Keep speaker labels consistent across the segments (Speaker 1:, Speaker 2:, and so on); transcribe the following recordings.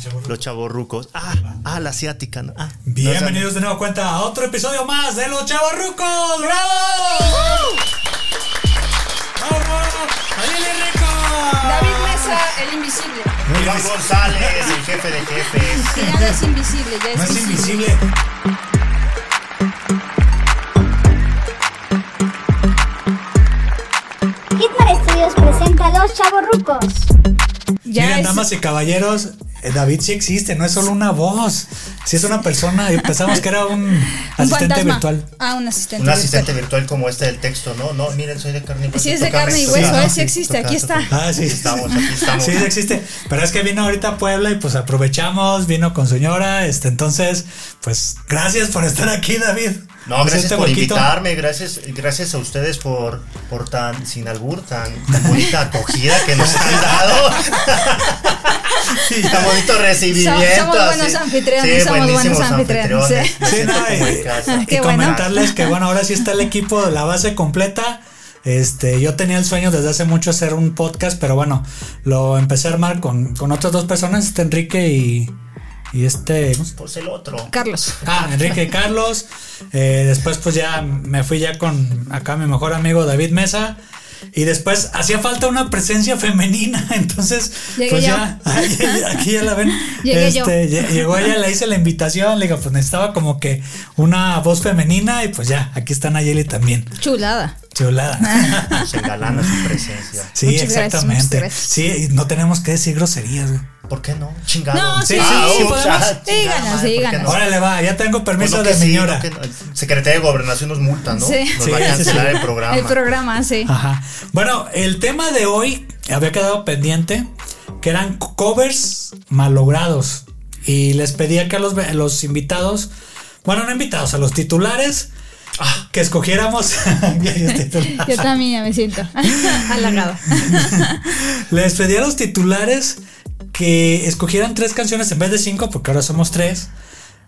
Speaker 1: chavorrucos.
Speaker 2: Los chavorrucos. Ah, ah, la asiática. ¿no? Ah,
Speaker 1: Bienvenidos de nuevo a cuenta a otro episodio más de Los Chavorrucos. ¡Bravo! ¡Vamos! ¡Daniel Rico!
Speaker 3: David Mesa, el invisible.
Speaker 2: No sean- Iván González, el jefe de jefes.
Speaker 3: Que ya no es invisible, ya es,
Speaker 1: No es
Speaker 3: visible.
Speaker 1: invisible.
Speaker 4: Hitman Studios presenta a Los Chavos Rucos.
Speaker 3: Ya
Speaker 1: Miren,
Speaker 3: es-
Speaker 1: damas y caballeros, eh, David sí existe, no es solo una voz. Sí es una persona y pensamos que era un
Speaker 3: un
Speaker 1: asistente
Speaker 3: fantasma.
Speaker 1: virtual.
Speaker 3: Ah, un asistente
Speaker 2: Un
Speaker 3: virtual.
Speaker 2: asistente virtual como este del texto, ¿no? No, miren, soy de carne y hueso.
Speaker 3: Sí, es de
Speaker 2: toca
Speaker 3: carne y
Speaker 2: recto,
Speaker 3: hueso,
Speaker 2: ¿no?
Speaker 3: eh, sí existe,
Speaker 2: toca-
Speaker 3: aquí está.
Speaker 1: Ah, sí.
Speaker 2: Aquí estamos, aquí estamos.
Speaker 1: Sí, sí existe. Pero es que vino ahorita a Puebla y pues aprovechamos, vino con señora. Este, entonces, pues gracias por estar aquí, David.
Speaker 2: No, gracias
Speaker 1: Este
Speaker 2: por
Speaker 1: huequito.
Speaker 2: invitarme, gracias, gracias a ustedes por, por tan, sin albur, tan, tan bonita acogida que nos han dado. tan bonito recibimiento.
Speaker 3: somos
Speaker 2: así.
Speaker 3: buenos anfitriones, somos buenos
Speaker 2: buenísimos
Speaker 3: anfitriones, ¿eh? sí.
Speaker 2: Me
Speaker 1: Sí,
Speaker 2: siento
Speaker 1: no, eh,
Speaker 2: como en
Speaker 1: y-
Speaker 2: casa.
Speaker 3: Qué
Speaker 1: y
Speaker 3: bueno.
Speaker 1: comentarles que bueno, ahora sí está el equipo de la base completa. Este, yo tenía el sueño desde hace mucho hacer un podcast, pero bueno, lo empecé a armar con, con otras dos personas, este Enrique y, y este...
Speaker 2: Pues el otro.
Speaker 3: Carlos.
Speaker 1: Ah, Enrique y Carlos. Eh, después pues ya me fui ya con acá mi mejor amigo David Mesa. Y después hacía falta una presencia femenina, entonces
Speaker 3: Llegué
Speaker 1: pues
Speaker 3: yo.
Speaker 1: ya, ay, ay, aquí ya la ven.
Speaker 3: Llegué yo.
Speaker 1: Este, lle- Llegó ella, le hice la invitación, le digo, pues necesitaba como que una voz femenina y pues ya, aquí está Nayeli también.
Speaker 3: Chulada.
Speaker 1: Chulada.
Speaker 2: Se engalana su presencia.
Speaker 1: Sí,
Speaker 3: Ah, Muchas gracias,
Speaker 1: exactamente.
Speaker 3: muchas gracias.
Speaker 1: Sí, y no tenemos que decir groserías. güey.
Speaker 2: ¿Por qué no? Chingado.
Speaker 3: No, sí,
Speaker 1: sí,
Speaker 2: Ah,
Speaker 1: sí,
Speaker 2: ups,
Speaker 3: podemos.
Speaker 2: ah,
Speaker 3: Sí,
Speaker 2: chingada
Speaker 3: ganas,
Speaker 2: madre,
Speaker 3: sí,
Speaker 2: ¿por qué
Speaker 3: ganas.
Speaker 2: no?
Speaker 1: Órale, va, ya tengo permiso
Speaker 2: Pues no
Speaker 1: de
Speaker 2: que sí,
Speaker 1: señora.
Speaker 2: no que no. Secretaría de Gobernación nos multa, ¿no?
Speaker 3: Sí.
Speaker 2: Nos
Speaker 1: Sí,
Speaker 2: va a
Speaker 1: sí,
Speaker 2: cancelar
Speaker 1: sí.
Speaker 2: el programa.
Speaker 3: El programa, sí.
Speaker 1: Ajá. Bueno, el tema de hoy había quedado pendiente, que eran covers malogrados. Y les pedía que a los, los invitados, bueno, no invitados, a los titulares, ah, que escogiéramos. Ya hay un titular.
Speaker 3: Yo también ya me siento halagada.
Speaker 1: les pedía a los titulares que escogieran tres canciones en vez de cinco, porque ahora somos tres,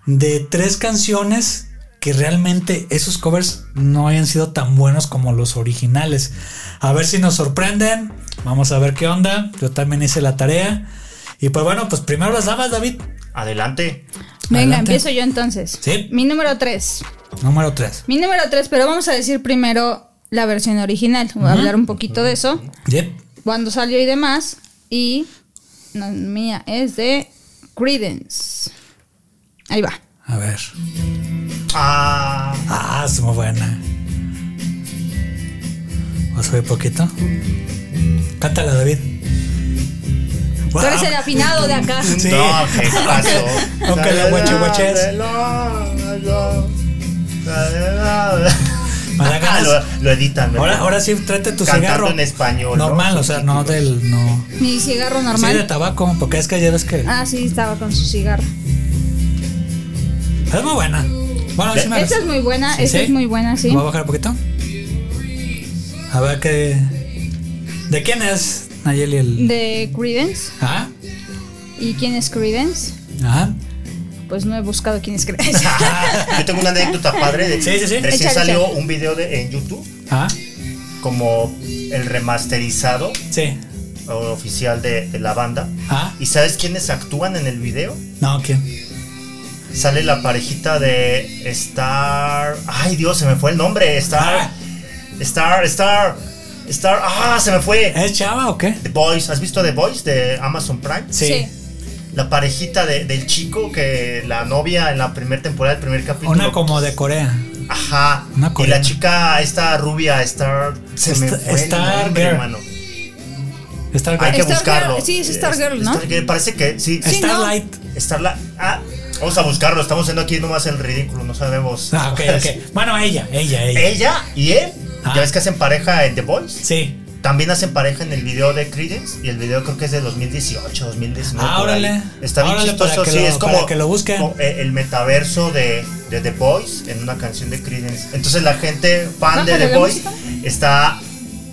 Speaker 1: de tres canciones que realmente esos covers no hayan sido tan buenos como los originales. A ver si nos sorprenden, vamos a ver qué onda, yo también hice la tarea. Y pues bueno, pues primero las dabas, David.
Speaker 2: Adelante.
Speaker 3: Venga,
Speaker 1: Adelante.
Speaker 3: empiezo yo entonces.
Speaker 1: Sí.
Speaker 3: Mi número 3.
Speaker 1: Número tres.
Speaker 3: Mi número 3, pero vamos a decir primero la versión original. Voy a hablar un poquito de eso.
Speaker 1: Yep.
Speaker 3: Cuando salió y demás. Y no, mía es de Credence. Ahí va.
Speaker 1: A ver.
Speaker 2: Ah,
Speaker 1: Ah, es muy buena. ¿Vas a subir poquito? Cántala, David.
Speaker 3: Tú eres el afinado de acá.
Speaker 1: Sí.
Speaker 2: no, ¿qué pasó?
Speaker 1: Aunque la guachihuaches. Para
Speaker 2: Ah, lo, lo editan, ¿verdad?
Speaker 1: Ahora, ahora sí, trate tu
Speaker 2: Cantando
Speaker 1: cigarro.
Speaker 2: en español, ¿no?
Speaker 1: Normal, o sea, no del. No.
Speaker 3: Mi cigarro
Speaker 1: Sí, de
Speaker 3: normal.
Speaker 1: tabaco, porque es que ayer es que.
Speaker 3: Ah, sí, estaba con su cigarro.
Speaker 1: Es muy buena. Bueno,
Speaker 2: ¿Eh?
Speaker 1: sí me
Speaker 3: Esta es muy buena,
Speaker 1: Sí,
Speaker 3: esta
Speaker 1: sí.
Speaker 3: es muy buena, sí.
Speaker 1: Voy a bajar un poquito. A ver qué. ¿De quién es Nayeli el.?
Speaker 3: De Credence.
Speaker 1: Ah,
Speaker 3: ¿Y quién es Credence?
Speaker 1: ah.
Speaker 3: Pues no he buscado quién es Credence.
Speaker 2: Ah, Yo tengo una anécdota padre de
Speaker 1: Sí, sí, sí.
Speaker 2: recién
Speaker 3: Échale,
Speaker 2: salió
Speaker 3: échale.
Speaker 2: un video de, en YouTube
Speaker 1: Ah,
Speaker 2: como el remasterizado
Speaker 1: sí.
Speaker 2: o oficial de, de la banda.
Speaker 1: Ah,
Speaker 2: ¿Y sabes quiénes actúan en el video?
Speaker 1: no, ¿quién?
Speaker 2: Sale la parejita de Star. Ay Dios, se me fue el nombre. Star.
Speaker 1: Ah.
Speaker 2: Star, Star. Star. Ah, se me fue.
Speaker 1: ¿Es chava o qué?
Speaker 2: The Boys, ¿has visto The Boys de Amazon Prime? La parejita de- del chico que la novia en la primera temporada, el primer capítulo.
Speaker 1: Una como de Corea.
Speaker 2: Ajá.
Speaker 1: una
Speaker 2: y
Speaker 1: coreana.
Speaker 2: la chica, esta rubia, Star. Se me
Speaker 1: Esta-
Speaker 2: fue el
Speaker 1: Star
Speaker 2: nombre,
Speaker 1: Girl.
Speaker 2: hermano.
Speaker 1: Está
Speaker 2: Hay que
Speaker 3: Star
Speaker 2: buscarlo.
Speaker 3: Girl, sí, es Star Girl, ¿no?
Speaker 2: Star Girl, parece que sí.
Speaker 3: Sí, ¿no?
Speaker 1: Starlight.
Speaker 2: Starla- Ah, vamos a buscarlo. Estamos haciendo aquí nomás el ridículo, no sabemos.
Speaker 1: Ah, ok, ok. Bueno, ella, ella, ella.
Speaker 2: Ella y él.
Speaker 1: Ah.
Speaker 2: Ya ves que hacen pareja en The Boys.
Speaker 1: Sí.
Speaker 2: También hacen pareja en el video de Creedence y el video creo que es de 2018, 2019.
Speaker 1: Ah,
Speaker 2: por ahí.
Speaker 1: órale.
Speaker 2: Está bien
Speaker 1: Órale,
Speaker 2: chistoso,
Speaker 1: para que
Speaker 2: sí,
Speaker 1: lo-
Speaker 2: es
Speaker 1: para
Speaker 2: como
Speaker 1: que lo busquen.
Speaker 2: como, eh, el metaverso de, de The Boys en una canción de Creedence. Entonces la gente fan de
Speaker 3: Bájale
Speaker 2: The
Speaker 3: la
Speaker 2: Boys
Speaker 3: música.
Speaker 2: está,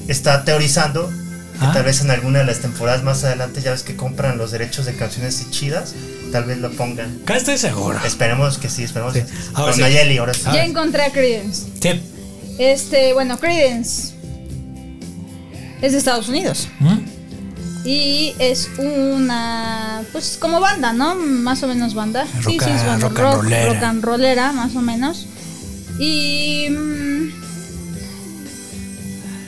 Speaker 2: está teorizando que
Speaker 1: Ah.
Speaker 2: tal vez en alguna de las temporadas más adelante ya ves que compran los derechos de canciones así chidas, tal vez lo pongan.
Speaker 1: Acá estoy seguro.
Speaker 2: Esperemos que sí, esperemos
Speaker 1: Sí.
Speaker 2: que sí.
Speaker 1: Ahora
Speaker 2: Con
Speaker 1: sí.
Speaker 2: Nayeli, ahora sí.
Speaker 3: Ya encontré a Credence.
Speaker 1: Sí.
Speaker 3: Este, bueno, Credence es de Estados Unidos.
Speaker 1: ¿Mm?
Speaker 3: Y es una, pues como banda, ¿no? Más o menos banda.
Speaker 1: Rock
Speaker 3: sí, sí, es
Speaker 1: a-
Speaker 3: banda.
Speaker 1: rock and rollera.
Speaker 3: rock and rollera, más o menos. Y mm,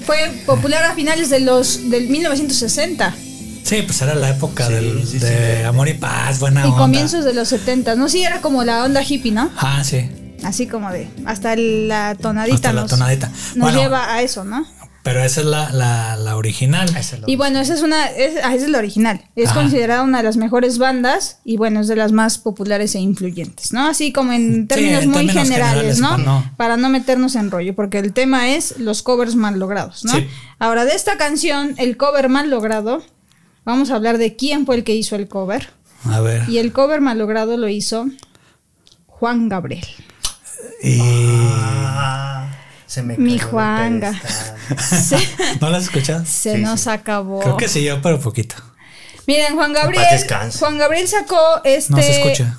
Speaker 3: fue popular a finales de los del 1960
Speaker 1: Sí, pues era la época
Speaker 2: Sí,
Speaker 1: del,
Speaker 2: sí, sí.
Speaker 1: de amor y paz, buena
Speaker 3: y
Speaker 1: Ah, onda.
Speaker 3: comienzos de los 70, ¿no? Sí, era como la onda hippie, ¿no?
Speaker 1: Ah, sí.
Speaker 3: Así como de, hasta la tonadita
Speaker 1: Hasta la
Speaker 3: nos,
Speaker 1: tonadita.
Speaker 3: nos
Speaker 1: Bueno.
Speaker 3: lleva a eso, ¿no?
Speaker 1: Pero esa es la, la, la original.
Speaker 2: Ah, Esa es la-
Speaker 3: Y bueno, esa es una, es, ah, esa es la original. Es
Speaker 1: Ajá.
Speaker 3: considerada una de las mejores bandas y bueno, es de las más populares e influyentes, ¿no? Así como en términos
Speaker 1: en
Speaker 3: muy
Speaker 1: términos
Speaker 3: generales,
Speaker 1: generales,
Speaker 3: ¿no?
Speaker 1: pues, no.
Speaker 3: Para no meternos en rollo, porque el tema es los covers mal logrados, ¿no?
Speaker 1: Sí.
Speaker 3: Ahora, de esta canción, el cover mal logrado, vamos a hablar de quién fue el que hizo el cover.
Speaker 1: A ver.
Speaker 3: Y el cover mal logrado lo hizo Juan Gabriel.
Speaker 1: Y...
Speaker 2: Ah, se me
Speaker 3: Mi
Speaker 2: cayó el
Speaker 3: Juanga.
Speaker 2: pedestal.
Speaker 3: Se,
Speaker 1: ¿No lo has escuchado?
Speaker 3: se
Speaker 2: Sí,
Speaker 3: nos
Speaker 2: sí.
Speaker 3: acabó.
Speaker 1: Creo que sí, yo, pero poquito.
Speaker 3: Miren, Juan
Speaker 2: paz
Speaker 3: Gabriel.
Speaker 2: descanse.
Speaker 3: Juan Gabriel sacó este.
Speaker 1: No se escucha.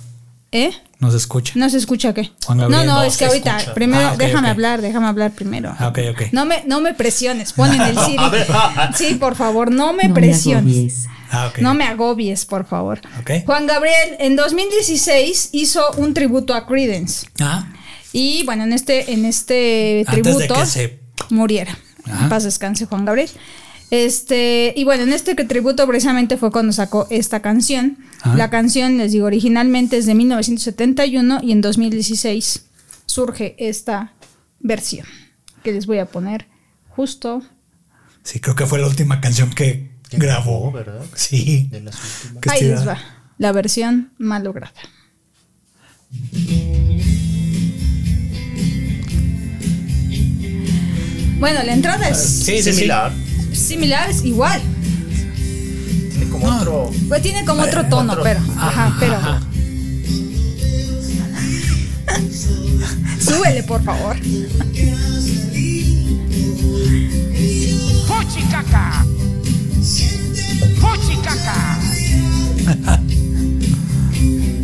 Speaker 3: ¿Eh?
Speaker 1: No se escucha.
Speaker 3: No se escucha qué.
Speaker 1: Juan Gabriel.
Speaker 3: no, no,
Speaker 1: No
Speaker 3: es que
Speaker 2: se
Speaker 3: ahorita.
Speaker 2: escucha.
Speaker 3: Primero,
Speaker 1: Ah, ok,
Speaker 3: déjame
Speaker 1: ok.
Speaker 3: hablar, déjame hablar primero.
Speaker 1: Ah, ok, ok.
Speaker 3: No me, no me presiones, ponen el CD.
Speaker 2: A ver, ah, ah.
Speaker 3: Sí, por favor, no me
Speaker 5: No me
Speaker 3: presiones.
Speaker 5: agobies.
Speaker 1: Ah, ok.
Speaker 3: No me agobies, por favor.
Speaker 1: Ok.
Speaker 3: Juan Gabriel en 2016 hizo un tributo a Credence.
Speaker 1: Ah,
Speaker 3: Y bueno, en este, en este
Speaker 1: antes de
Speaker 3: tributo
Speaker 1: que se...
Speaker 3: muriera.
Speaker 1: Ajá.
Speaker 3: En paz descanse Juan Gabriel. Este, y bueno, en este que tributo precisamente fue cuando sacó esta canción.
Speaker 1: Ajá.
Speaker 3: La canción, les digo, originalmente es de 1971 y en 2016 surge esta versión que les voy a poner justo.
Speaker 1: Sí, creo que fue la última canción que
Speaker 2: Que
Speaker 1: grabó.
Speaker 2: grabó, ¿verdad?
Speaker 1: Sí.
Speaker 2: De las últimas.
Speaker 1: Que
Speaker 3: Ahí
Speaker 1: estira-
Speaker 3: les va, la versión malograda. Bueno, la entrada es
Speaker 1: Sí, sí, sí.
Speaker 2: Similar.
Speaker 3: similar, es igual.
Speaker 2: Tiene como
Speaker 1: No.
Speaker 2: otro.
Speaker 3: Pues tiene como otro tono,
Speaker 2: otro-
Speaker 3: pero. Ajá, pero. Súbele, por favor.
Speaker 6: Puchicaca. Puchicaca.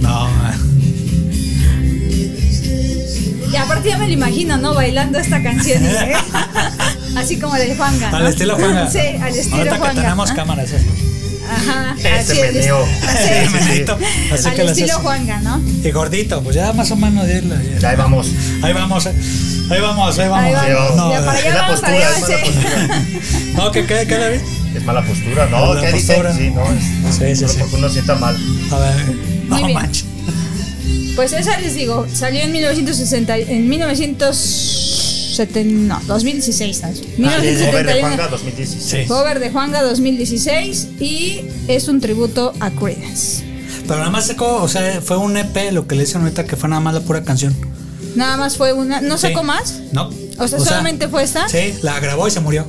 Speaker 1: No,
Speaker 3: Y aparte ya me lo imagino, ¿no? Bailando esta canción. ¿eh? Así como del Juanga. Ah, ¿no?
Speaker 1: al estilo Juanga.
Speaker 3: Sí, al estilo
Speaker 1: Ahorita que
Speaker 3: Juanga. Ah.
Speaker 1: tenemos
Speaker 3: ¿no?
Speaker 1: cámaras. eh. sí.
Speaker 3: Ajá.
Speaker 2: Ese
Speaker 3: así al est-
Speaker 2: meneo.
Speaker 1: Sí,
Speaker 2: Sí, sí,
Speaker 1: manito.
Speaker 2: sí.
Speaker 1: Así
Speaker 3: Al
Speaker 1: que las
Speaker 3: estilo
Speaker 1: haces.
Speaker 3: Juanga, ¿no?
Speaker 1: Y gordito, pues ya más o menos. ya la- ya-
Speaker 2: Ya ahí vamos.
Speaker 1: Ahí vamos, eh. ahí vamos, ahí vamos.
Speaker 3: Ahí
Speaker 2: Sí,
Speaker 3: vamos.
Speaker 1: No,
Speaker 3: ya para
Speaker 2: es
Speaker 3: allá
Speaker 2: la
Speaker 3: vamos, para
Speaker 2: postura,
Speaker 3: allá
Speaker 2: es
Speaker 3: vamos.
Speaker 2: mala postura.
Speaker 1: no, que quede, que David.
Speaker 2: Es mala postura, ¿no?
Speaker 1: Mala
Speaker 2: ¿Qué dicen?
Speaker 1: postura.
Speaker 2: Sí, no. Es,
Speaker 1: Sí, sí,
Speaker 2: no
Speaker 1: sí.
Speaker 2: Porque uno sienta mal.
Speaker 1: A ver, no
Speaker 3: bien.
Speaker 1: manches.
Speaker 3: Pues esa les digo, salió en 1960. En 1970. No, 2016. ¿sabes?
Speaker 2: Over Ah, de
Speaker 3: 1971.
Speaker 2: Juanga 2016.
Speaker 1: Sí.
Speaker 3: Cover de Juanga 2016 y es un tributo a Creedence.
Speaker 1: Pero nada más sacó, o sea, fue un EP lo que le hicieron ahorita que fue nada más la pura canción.
Speaker 3: Nada más fue una, no
Speaker 1: Sí.
Speaker 3: sacó más.
Speaker 1: No.
Speaker 3: O sea, solamente fue esta.
Speaker 1: Sí, la grabó y se murió.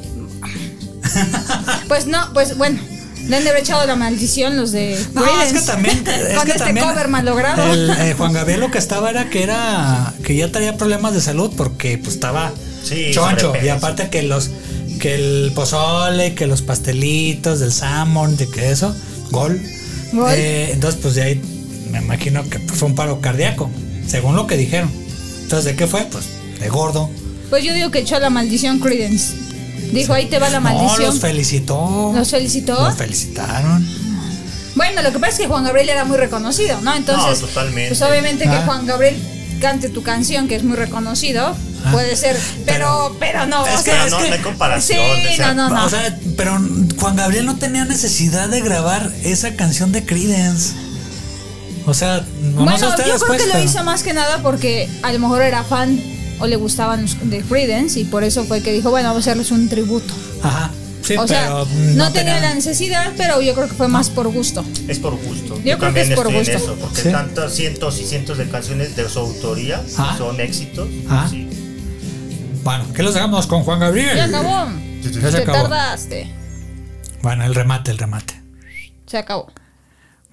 Speaker 3: Pues no, pues bueno, le han de haber echado la maldición los de
Speaker 1: No,
Speaker 3: Creedence.
Speaker 1: es que también. es
Speaker 3: Con
Speaker 1: que
Speaker 3: este
Speaker 1: también
Speaker 3: cover malogrado.
Speaker 1: el, eh, Juan Gabriel lo que estaba era que era. que ya tenía problemas de salud porque pues estaba
Speaker 2: Sí,
Speaker 1: choncho.
Speaker 2: sobrepeso.
Speaker 1: Y aparte que los. que el pozole, que los pastelitos, del salmón, de que eso. Gol.
Speaker 3: Gol.
Speaker 1: Eh, entonces, pues de ahí me imagino que pues, fue un paro cardíaco, según lo que dijeron. Entonces, ¿de qué fue? Pues de gordo.
Speaker 3: Pues yo digo que echó la maldición Creedence. Dijo, ahí te va la
Speaker 1: No,
Speaker 3: maldición.
Speaker 1: los felicitó.
Speaker 3: ¿Los felicitó?
Speaker 1: Los felicitaron.
Speaker 3: bueno, lo que pasa es que Juan Gabriel era muy reconocido, ¿no? Entonces,
Speaker 2: No, totalmente.
Speaker 3: pues obviamente
Speaker 1: Ah.
Speaker 3: que Juan Gabriel cante tu canción, que es muy reconocido,
Speaker 1: Ah.
Speaker 3: puede ser, pero, pero no.
Speaker 1: Es
Speaker 3: o
Speaker 1: que-
Speaker 3: sea,
Speaker 2: Pero Ah, no,
Speaker 1: que-
Speaker 2: no hay comparación.
Speaker 3: Sí,
Speaker 2: o sea,
Speaker 3: no, no, no.
Speaker 1: O sea, pero Juan Gabriel no tenía necesidad de grabar esa canción de Creedence. O sea, no
Speaker 3: bueno,
Speaker 1: sé
Speaker 3: yo
Speaker 1: ustedes
Speaker 3: creo
Speaker 1: pues,
Speaker 3: que lo
Speaker 1: pero-
Speaker 3: hizo más que nada porque a lo mejor era fan o le gustaban los de Creedence y por eso fue que dijo, bueno, vamos a hacerles un tributo.
Speaker 1: Ajá. Sí,
Speaker 3: o sea,
Speaker 1: pero
Speaker 3: no, tenía la
Speaker 1: tenían-
Speaker 3: necesidad, pero yo creo que fue más por gusto.
Speaker 2: Es por gusto.
Speaker 3: creo que
Speaker 2: también
Speaker 3: es por
Speaker 2: estoy en
Speaker 3: gusto.
Speaker 2: eso, porque
Speaker 1: Sí.
Speaker 2: tantos cientos y cientos de canciones de su autoría
Speaker 1: Ah.
Speaker 2: son éxitos.
Speaker 1: Ah.
Speaker 2: Sí.
Speaker 1: Bueno, ¿qué los hagamos con Juan Gabriel?
Speaker 3: Ya acabó.
Speaker 1: Ya se
Speaker 3: Te
Speaker 1: acabó.
Speaker 3: tardaste.
Speaker 1: Bueno, el remate, el remate.
Speaker 3: Se acabó.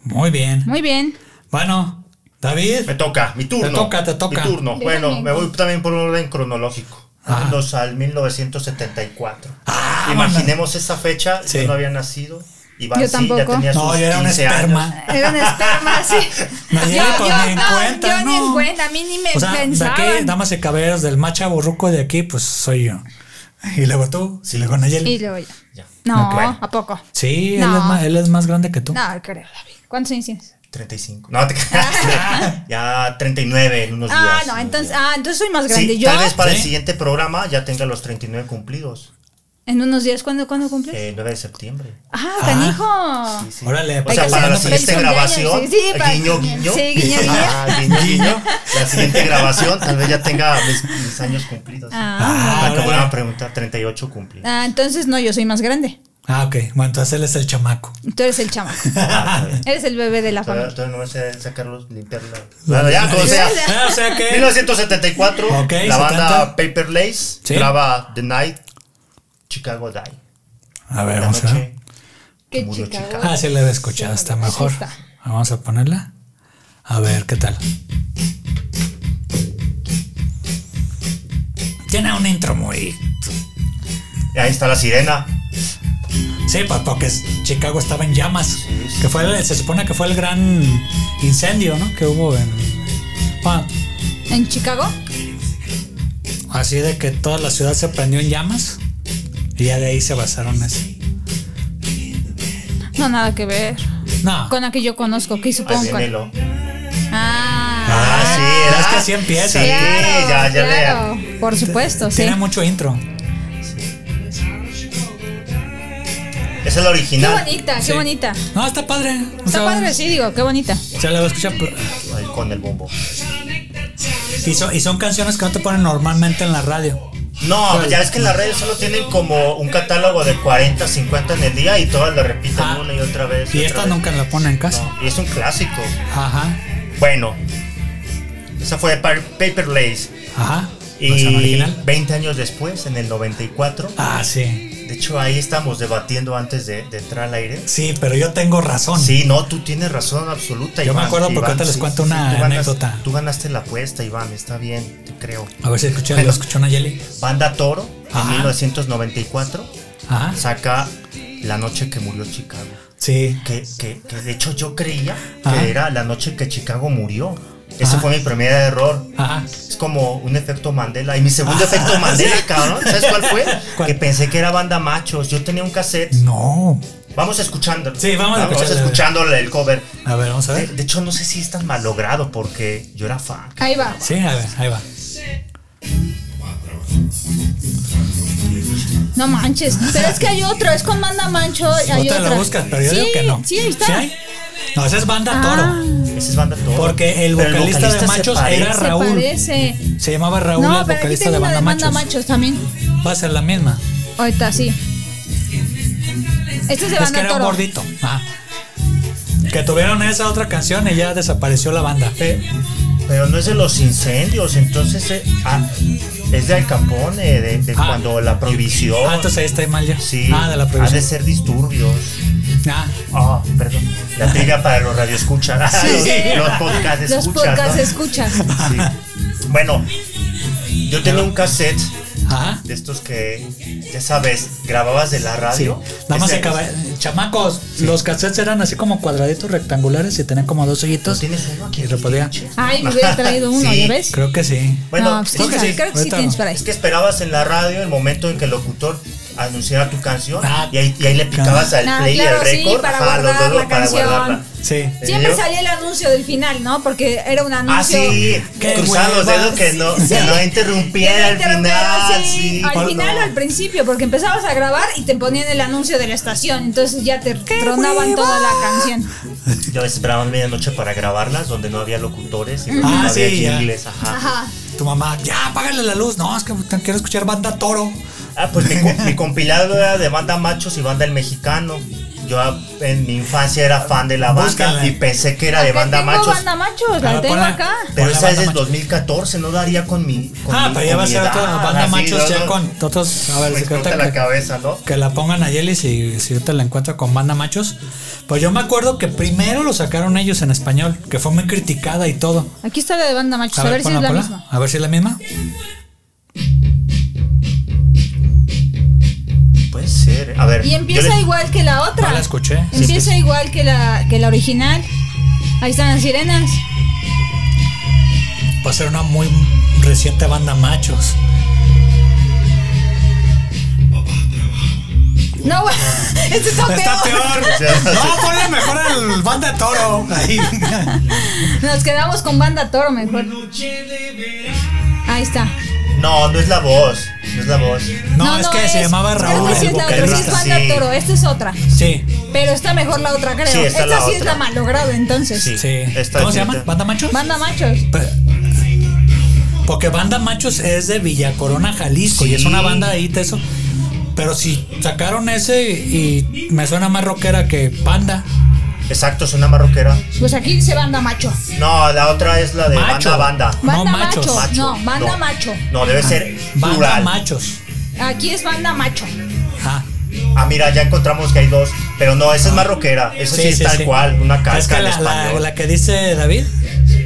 Speaker 1: Muy bien.
Speaker 3: Muy bien.
Speaker 1: Bueno, David.
Speaker 2: Me toca, mi turno.
Speaker 1: Te toca, te toca.
Speaker 2: Mi turno.
Speaker 3: Déjame.
Speaker 2: Bueno, me voy también por un orden cronológico.
Speaker 1: Ajá.
Speaker 2: Vámonos al 1974.
Speaker 1: Ah,
Speaker 2: Imaginemos esa fecha,
Speaker 1: Sí.
Speaker 2: yo no había nacido. Iván
Speaker 3: Yo
Speaker 2: sí, ya
Speaker 3: tampoco.
Speaker 2: tenía sus
Speaker 1: No, yo era un
Speaker 2: 15 años.
Speaker 1: esperma.
Speaker 3: Era un esperma, sí.
Speaker 1: No, yo ni- pues, ni en cuenta,
Speaker 3: yo ni en
Speaker 1: no.
Speaker 3: cuenta, a mí ni me
Speaker 1: O sea, de
Speaker 3: pensaban.
Speaker 1: aquí, damas y caballeros, del macha burruco de aquí, pues soy yo. Y luego tú, y luego Nayeli.
Speaker 3: Y luego ya.
Speaker 2: Ya.
Speaker 3: No,
Speaker 1: Ok.
Speaker 3: ¿a poco?
Speaker 1: Sí,
Speaker 3: No.
Speaker 1: él, es más, él es más grande que tú.
Speaker 3: No, creo, David. ¿Cuántos años tienes?
Speaker 2: 35. No, te creas. ya 39 en unos
Speaker 3: Ah,
Speaker 2: días.
Speaker 3: no, entonces, ah, entonces soy más grande.
Speaker 2: Sí,
Speaker 3: Yo,
Speaker 2: tal vez para el
Speaker 1: Sí.
Speaker 2: siguiente programa ya tenga los 39 cumplidos.
Speaker 3: en unos días, ¿cuándo, cuándo cumples?
Speaker 2: Eh, 9 de septiembre.
Speaker 3: Ah,
Speaker 1: Ah.
Speaker 3: canijo.
Speaker 2: Sí, sí.
Speaker 1: Órale,
Speaker 2: o
Speaker 1: pues,
Speaker 2: sea,
Speaker 1: hay que
Speaker 2: para la
Speaker 1: hacer una
Speaker 2: siguiente
Speaker 3: feliz
Speaker 2: grabación,
Speaker 3: cumpleaños, sí, sí, para-
Speaker 2: guiño, guiño.
Speaker 3: Sí, guiño, guiño.
Speaker 2: Ah, guiño, guiño. La siguiente grabación, tal vez ya tenga mis, mis años cumplidos.
Speaker 3: Ah,
Speaker 2: La que
Speaker 1: órale.
Speaker 2: van a preguntar, 38 cumplidos.
Speaker 3: Ah, entonces no, yo soy más grande.
Speaker 1: Ah, ok. Bueno, entonces él es el chamaco.
Speaker 3: Tú eres el chamaco.
Speaker 2: Ah, está bien.
Speaker 3: Eres el bebé de la
Speaker 2: Todavía,
Speaker 3: familia.
Speaker 2: todavía no sé sacarlos, limpiarla. Bueno, ya, como sea.
Speaker 1: Ah, o sea que.
Speaker 2: 1974,
Speaker 1: Ok,
Speaker 2: la
Speaker 1: 70.
Speaker 2: banda Paper Lace
Speaker 1: Sí.
Speaker 2: graba The Night Chicago Die.
Speaker 1: A ver,
Speaker 2: La
Speaker 1: vamos a ver.
Speaker 2: noche.
Speaker 3: Qué
Speaker 2: Muro
Speaker 3: chica.
Speaker 2: chica.
Speaker 1: Ah, sí, la he escuchado. Está mejor. Ah,
Speaker 3: está.
Speaker 1: Vamos a ponerla. A ver, ¿qué tal? Tiene un intro muy.
Speaker 2: Ahí está la sirena.
Speaker 1: Sí, pues porque es- Chicago estaba en llamas. Que fue el- se supone que fue el gran incendio, ¿no? Que hubo en. Ah, Pa-
Speaker 3: ¿En Chicago?
Speaker 1: Así de que toda la ciudad se prendió en llamas. Y ya de ahí se basaron eso.
Speaker 3: No, nada que ver.
Speaker 1: No.
Speaker 3: Con la que yo conozco, que
Speaker 2: Ahí
Speaker 3: supongo.
Speaker 2: viene
Speaker 3: que-
Speaker 2: lo.
Speaker 3: Ah,
Speaker 2: Ah, sí,
Speaker 1: Ah,
Speaker 2: era-
Speaker 1: es que así empieza.
Speaker 2: Sí,
Speaker 3: claro,
Speaker 2: ya, ya le-
Speaker 3: claro. Por supuesto, sí.
Speaker 1: Tiene mucho intro.
Speaker 2: Esa es la
Speaker 3: Qué
Speaker 2: original.
Speaker 3: bonita, qué
Speaker 1: Sí.
Speaker 3: bonita.
Speaker 1: No, está padre. O
Speaker 3: Está
Speaker 1: sea,
Speaker 3: padre, sí, digo, qué bonita.
Speaker 1: Ya la voy a escuchar. pero-
Speaker 2: Ahí con el bombo.
Speaker 1: Y son, y son canciones que no te ponen normalmente en la radio.
Speaker 2: No, ya es que en las redes solo tienen como un catálogo de 40, 50 en el día y todas lo repiten
Speaker 1: Ah.
Speaker 2: una y otra vez.
Speaker 1: Y
Speaker 2: otra
Speaker 1: esta
Speaker 2: vez.
Speaker 1: nunca la ponen en casa.
Speaker 2: No, y es un clásico.
Speaker 1: Ajá.
Speaker 2: Bueno, esa fue Pa- Paper Lace.
Speaker 1: Ajá. Versión
Speaker 2: Y
Speaker 1: original.
Speaker 2: 20 años después, en el 94,
Speaker 1: Ah, sí.
Speaker 2: de hecho ahí estamos debatiendo antes de, de entrar al aire.
Speaker 1: Sí, pero yo tengo razón.
Speaker 2: Sí, no, tú tienes razón absoluta.
Speaker 1: Yo me
Speaker 2: Iván.
Speaker 1: acuerdo porque ahorita les cuento una
Speaker 2: tú ganaste-
Speaker 1: anécdota.
Speaker 2: tú ganaste la apuesta, Iván, está bien, te creo.
Speaker 1: A ver si escuché,
Speaker 2: Bueno.
Speaker 1: lo escuchó Nayeli.
Speaker 2: Banda Toro, en
Speaker 1: Ajá.
Speaker 2: 1994,
Speaker 1: Ajá.
Speaker 2: saca La noche que murió Chicago.
Speaker 1: Sí.
Speaker 2: Que, que- que de hecho yo creía
Speaker 1: Ajá.
Speaker 2: que era la noche que Chicago murió. Ese
Speaker 1: Ajá.
Speaker 2: fue mi primer error.
Speaker 1: Ajá.
Speaker 2: Es como un efecto Mandela. Y mi segundo
Speaker 1: Ah,
Speaker 2: efecto Mandela,
Speaker 1: sí.
Speaker 2: cabrón. ¿Sabes cuál fue?
Speaker 1: ¿Cuál?
Speaker 2: Que pensé que era banda machos. Yo tenía un cassette.
Speaker 1: No.
Speaker 2: Vamos escuchándolo.
Speaker 1: Sí, vamos a escucharlo.
Speaker 2: escuchándole el cover.
Speaker 1: A ver, vamos a
Speaker 2: De,
Speaker 1: ver.
Speaker 2: de hecho, no sé si es tan malogrado porque yo era fan.
Speaker 3: Ahí va.
Speaker 1: Sí, a ver, ahí va.
Speaker 3: No manches. Pero es que hay otro, es con Manda Mancho. Hay
Speaker 1: Otra
Speaker 3: otra.
Speaker 1: la buscas, pero yo
Speaker 3: sí,
Speaker 1: digo que no.
Speaker 3: Sí, ahí está. Ah.
Speaker 1: hay? No, esa es banda toro.
Speaker 2: Ese es banda todo.
Speaker 1: Porque el
Speaker 2: Pero
Speaker 1: vocalista, de
Speaker 2: se
Speaker 1: Machos
Speaker 2: parece.
Speaker 1: era
Speaker 3: Se
Speaker 1: Raúl.
Speaker 3: parece.
Speaker 1: Se llamaba Raúl,
Speaker 3: No,
Speaker 1: el
Speaker 3: pero aquí
Speaker 1: vocalista
Speaker 3: tengo
Speaker 1: de
Speaker 3: una
Speaker 1: banda
Speaker 3: de Manda
Speaker 1: Machos.
Speaker 3: Machos también.
Speaker 1: Va a ser la misma.
Speaker 3: Ahorita sí. Este es de
Speaker 1: Es que
Speaker 3: Banda
Speaker 1: era un
Speaker 3: Toro.
Speaker 1: gordito. Ah. Que tuvieron esa otra canción y ya desapareció la banda.
Speaker 2: Pe- Pero no es de los incendios, entonces eh, ah, es de Al Capone, de, de
Speaker 1: Ah.
Speaker 2: cuando la prohibición.
Speaker 1: Ah, entonces ahí está mal ya.
Speaker 2: Oh. Sí,
Speaker 1: Ah, de la
Speaker 2: ha de
Speaker 1: prohibición.
Speaker 2: ser disturbios.
Speaker 1: Ah,
Speaker 2: Ah, perdón. La trivia para los radioescuchas.
Speaker 3: Sí.
Speaker 2: los, los podcast escuchas.
Speaker 3: Los podcasts
Speaker 2: ¿no?
Speaker 3: escuchas.
Speaker 2: Sí. Bueno, yo tenía un cassette
Speaker 1: ah.
Speaker 2: de estos que, ya sabes, grababas de la
Speaker 1: Sí.
Speaker 2: radio.
Speaker 1: Nada más
Speaker 2: Ese-
Speaker 1: se acaba. Chamacos, los cassettes eran así como cuadraditos rectangulares y tenían como dos
Speaker 2: ¿No
Speaker 1: hoyitos.
Speaker 2: tienes uno aquí?
Speaker 1: Y lo podía.
Speaker 3: Ay, me hubiera traído uno,
Speaker 2: Sí.
Speaker 3: ¿ya ves?
Speaker 1: Creo que sí.
Speaker 2: Bueno,
Speaker 3: no, pues
Speaker 1: creo
Speaker 3: sí,
Speaker 1: que sí.
Speaker 3: creo que sí
Speaker 1: Ahorita
Speaker 3: tienes
Speaker 1: no.
Speaker 3: para ahí.
Speaker 2: Es que esperabas en la radio el momento en que el locutor anunciara tu canción
Speaker 1: Ah,
Speaker 2: y, ahí, y ahí le picabas al
Speaker 3: Ah,
Speaker 2: play y
Speaker 3: claro,
Speaker 2: al
Speaker 3: sí,
Speaker 2: récord
Speaker 3: para
Speaker 2: ajá, los
Speaker 3: guardar
Speaker 2: dedos
Speaker 3: la canción.
Speaker 1: Sí.
Speaker 3: Siempre
Speaker 2: eh, ¿Yo?
Speaker 3: salía el anuncio del final, ¿no? Porque era un
Speaker 2: Ah,
Speaker 3: anuncio.
Speaker 2: sí,
Speaker 1: Qué
Speaker 2: cruzar los
Speaker 1: hueva.
Speaker 2: dedos que no,
Speaker 3: Sí.
Speaker 2: que no interrumpiera al final. Sí.
Speaker 3: Al
Speaker 1: Perdón.
Speaker 3: final o al principio, porque empezabas a grabar y te ponían el anuncio de la estación, entonces ya te tronaban toda la canción.
Speaker 2: Yo esperaba medianoche para grabarlas donde no había locutores y donde
Speaker 1: Ah,
Speaker 2: no había
Speaker 1: sí, ya.
Speaker 2: jingles. Ajá.
Speaker 3: Ajá.
Speaker 1: Tu mamá, ya, apágale la luz. No, es que quiero escuchar banda toro.
Speaker 2: Ah, pues mi, co- mi compilado era de banda machos y banda el mexicano. Yo ah, en mi infancia era fan de la banda
Speaker 1: Búscala.
Speaker 2: y pensé que era de
Speaker 3: Acá
Speaker 2: banda
Speaker 3: tengo
Speaker 2: machos.
Speaker 3: banda machos, la
Speaker 1: Ah,
Speaker 3: tengo
Speaker 1: ponla.
Speaker 3: acá.
Speaker 1: Con
Speaker 2: Pero
Speaker 1: la
Speaker 2: esa es
Speaker 1: banda
Speaker 2: del
Speaker 1: macho.
Speaker 2: 2014, no daría con mi. Con
Speaker 1: Ah,
Speaker 2: mi-
Speaker 1: pero ya
Speaker 2: con
Speaker 1: va a
Speaker 2: mi
Speaker 1: ser
Speaker 2: edad,
Speaker 1: otra banda
Speaker 2: así,
Speaker 1: machos
Speaker 2: ¿no?
Speaker 1: ya
Speaker 2: ¿no?
Speaker 1: con otros. A ver,
Speaker 2: Me
Speaker 1: si
Speaker 2: explota
Speaker 1: ahorita
Speaker 2: la
Speaker 1: que-
Speaker 2: cabeza, ¿no?
Speaker 1: que la pongan a Yeli si, si yo te la encuentro con banda machos. Pues yo me acuerdo que primero lo sacaron ellos en español, que fue muy criticada y todo.
Speaker 3: Aquí está la de banda machos, Pues a, ver si
Speaker 1: ponla,
Speaker 3: es la
Speaker 1: ponla.
Speaker 3: misma.
Speaker 1: A ver si es la misma.
Speaker 2: Puede ser. eh. A ver.
Speaker 3: Y
Speaker 2: yo
Speaker 3: empieza
Speaker 2: le-
Speaker 3: igual que la otra.
Speaker 1: No la escuché. Sí,
Speaker 3: Empieza igual que la, que la original. Ahí están las sirenas.
Speaker 1: Va a ser Pues una muy reciente banda machos.
Speaker 3: No, güey. Este está,
Speaker 1: Está peor. No, ponle mejor al banda toro. Ahí.
Speaker 3: Nos quedamos con banda toro mejor. Ahí está.
Speaker 2: No, no es la voz. No es la voz.
Speaker 1: No, es que se llamaba
Speaker 3: Creo
Speaker 1: Raúl
Speaker 3: que sí
Speaker 1: el
Speaker 3: es la otra, sí es
Speaker 1: vocalista.
Speaker 3: banda
Speaker 2: Sí.
Speaker 3: toro. Esta es otra.
Speaker 1: Sí,
Speaker 3: Pero está mejor la otra, creo.
Speaker 2: Sí, está
Speaker 3: Esta
Speaker 2: la
Speaker 3: sí es
Speaker 2: otra.
Speaker 3: la malogrado, entonces.
Speaker 2: Sí.
Speaker 1: sí.
Speaker 2: Esta
Speaker 1: ¿Cómo
Speaker 2: es
Speaker 1: se llama?
Speaker 2: esta.
Speaker 1: ¿Banda Machos?
Speaker 3: Banda machos.
Speaker 1: Pe- Pues, Porque Banda Machos es de Villa Corona, Jalisco, y es
Speaker 2: Sí.
Speaker 1: una banda de ahí, teso. Pero si sacaron ese y me suena más rockera que Panda.
Speaker 2: Exacto, es una marroquera.
Speaker 3: Pues aquí dice banda macho.
Speaker 2: No, la otra es la de
Speaker 1: Macho.
Speaker 2: banda banda.
Speaker 1: No,
Speaker 3: Banda macho.
Speaker 1: machos.
Speaker 2: Macho.
Speaker 3: No, banda
Speaker 2: No.
Speaker 3: macho.
Speaker 2: No, debe ser
Speaker 1: Banda
Speaker 2: plural.
Speaker 1: Machos.
Speaker 3: Aquí es banda macho.
Speaker 1: Ajá.
Speaker 2: Ah, mira, ya encontramos que hay dos. Pero no, esa es marroquera. Esa sí, es tal cual, una
Speaker 1: Es que
Speaker 2: casca en
Speaker 1: la, la-
Speaker 2: español.
Speaker 1: la que dice David.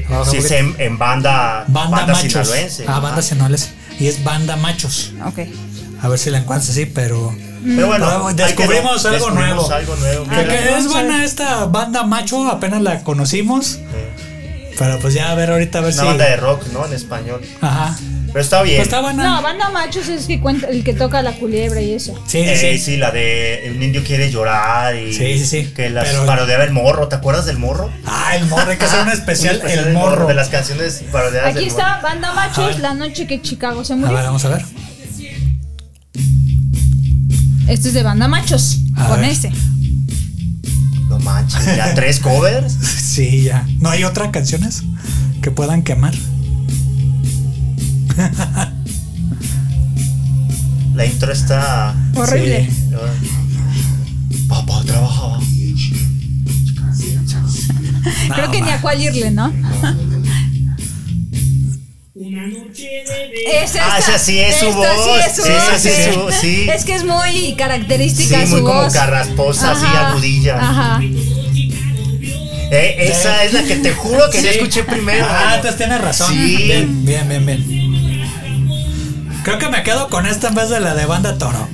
Speaker 1: Ojo,
Speaker 2: Sí, es
Speaker 1: porque-
Speaker 2: en, en banda,
Speaker 1: Banda, Machos.
Speaker 2: sinaloense.
Speaker 1: Ah, banda sinaloense. Y es Banda Machos.
Speaker 3: Ok.
Speaker 1: A ver si la encuentras, sí, pero.
Speaker 2: Pero bueno,
Speaker 1: Pero
Speaker 2: ahí
Speaker 1: descubrimos
Speaker 2: quedó.
Speaker 1: algo
Speaker 2: Descubrimos
Speaker 1: nuevo.
Speaker 2: algo nuevo.
Speaker 1: Que,
Speaker 2: Mira,
Speaker 1: que es
Speaker 3: vamos a
Speaker 1: buena esta banda macho, apenas la conocimos. Pero pues ya a ver ahorita a ver
Speaker 2: Una
Speaker 1: si.
Speaker 2: banda de rock, ¿no? En español.
Speaker 1: Ajá.
Speaker 2: Pero está bien.
Speaker 1: Pues está buena.
Speaker 3: No, banda machos es que cuenta- el que toca la culebra y eso.
Speaker 1: sí, sí,
Speaker 2: Eh,
Speaker 1: sí.
Speaker 2: sí, la de un indio quiere llorar y
Speaker 1: Sí, sí, sí.
Speaker 2: que las
Speaker 1: Pero-
Speaker 2: parodiaba el morro, ¿te acuerdas del morro?
Speaker 1: Ah, el morro, hay que hacer un especial, el
Speaker 2: del
Speaker 1: morro.
Speaker 2: de las canciones parodiadas
Speaker 3: Aquí
Speaker 2: del
Speaker 3: está banda
Speaker 1: A
Speaker 3: machos
Speaker 1: ver.
Speaker 3: la noche que Chicago se
Speaker 1: A ver,
Speaker 3: murió.
Speaker 1: vamos a ver.
Speaker 3: Este es de banda machos.
Speaker 1: A
Speaker 3: Con
Speaker 1: ver.
Speaker 3: ese.
Speaker 2: morro. No manches, ya tres covers.
Speaker 1: Sí, ya. ¿No hay otras canciones que puedan quemar?
Speaker 2: La intro está
Speaker 3: Horrible.
Speaker 1: Sí.
Speaker 2: Papá trabajaba.
Speaker 3: Creo
Speaker 1: No,
Speaker 3: que ni
Speaker 1: ma.
Speaker 3: a cuál irle, ¿no? Es
Speaker 2: Ah,
Speaker 3: esta.
Speaker 2: esa sí es su
Speaker 3: Esta
Speaker 2: voz.
Speaker 3: Sí, es su
Speaker 2: Sí,
Speaker 3: voz. eh.
Speaker 2: esa sí es su- sí.
Speaker 3: Es que es muy
Speaker 2: Sí,
Speaker 3: característica su
Speaker 2: muy como
Speaker 3: voz.
Speaker 2: carrasposa, así
Speaker 3: Ajá,
Speaker 2: agudilla.
Speaker 3: Ajá.
Speaker 2: Eh, esa es la que te juro que
Speaker 1: Sí.
Speaker 2: yo escuché primero.
Speaker 1: Ah, entonces tienes razón.
Speaker 2: Sí.
Speaker 1: Bien, bien, bien, bien. Creo que me quedo con esta en vez de la de banda toro.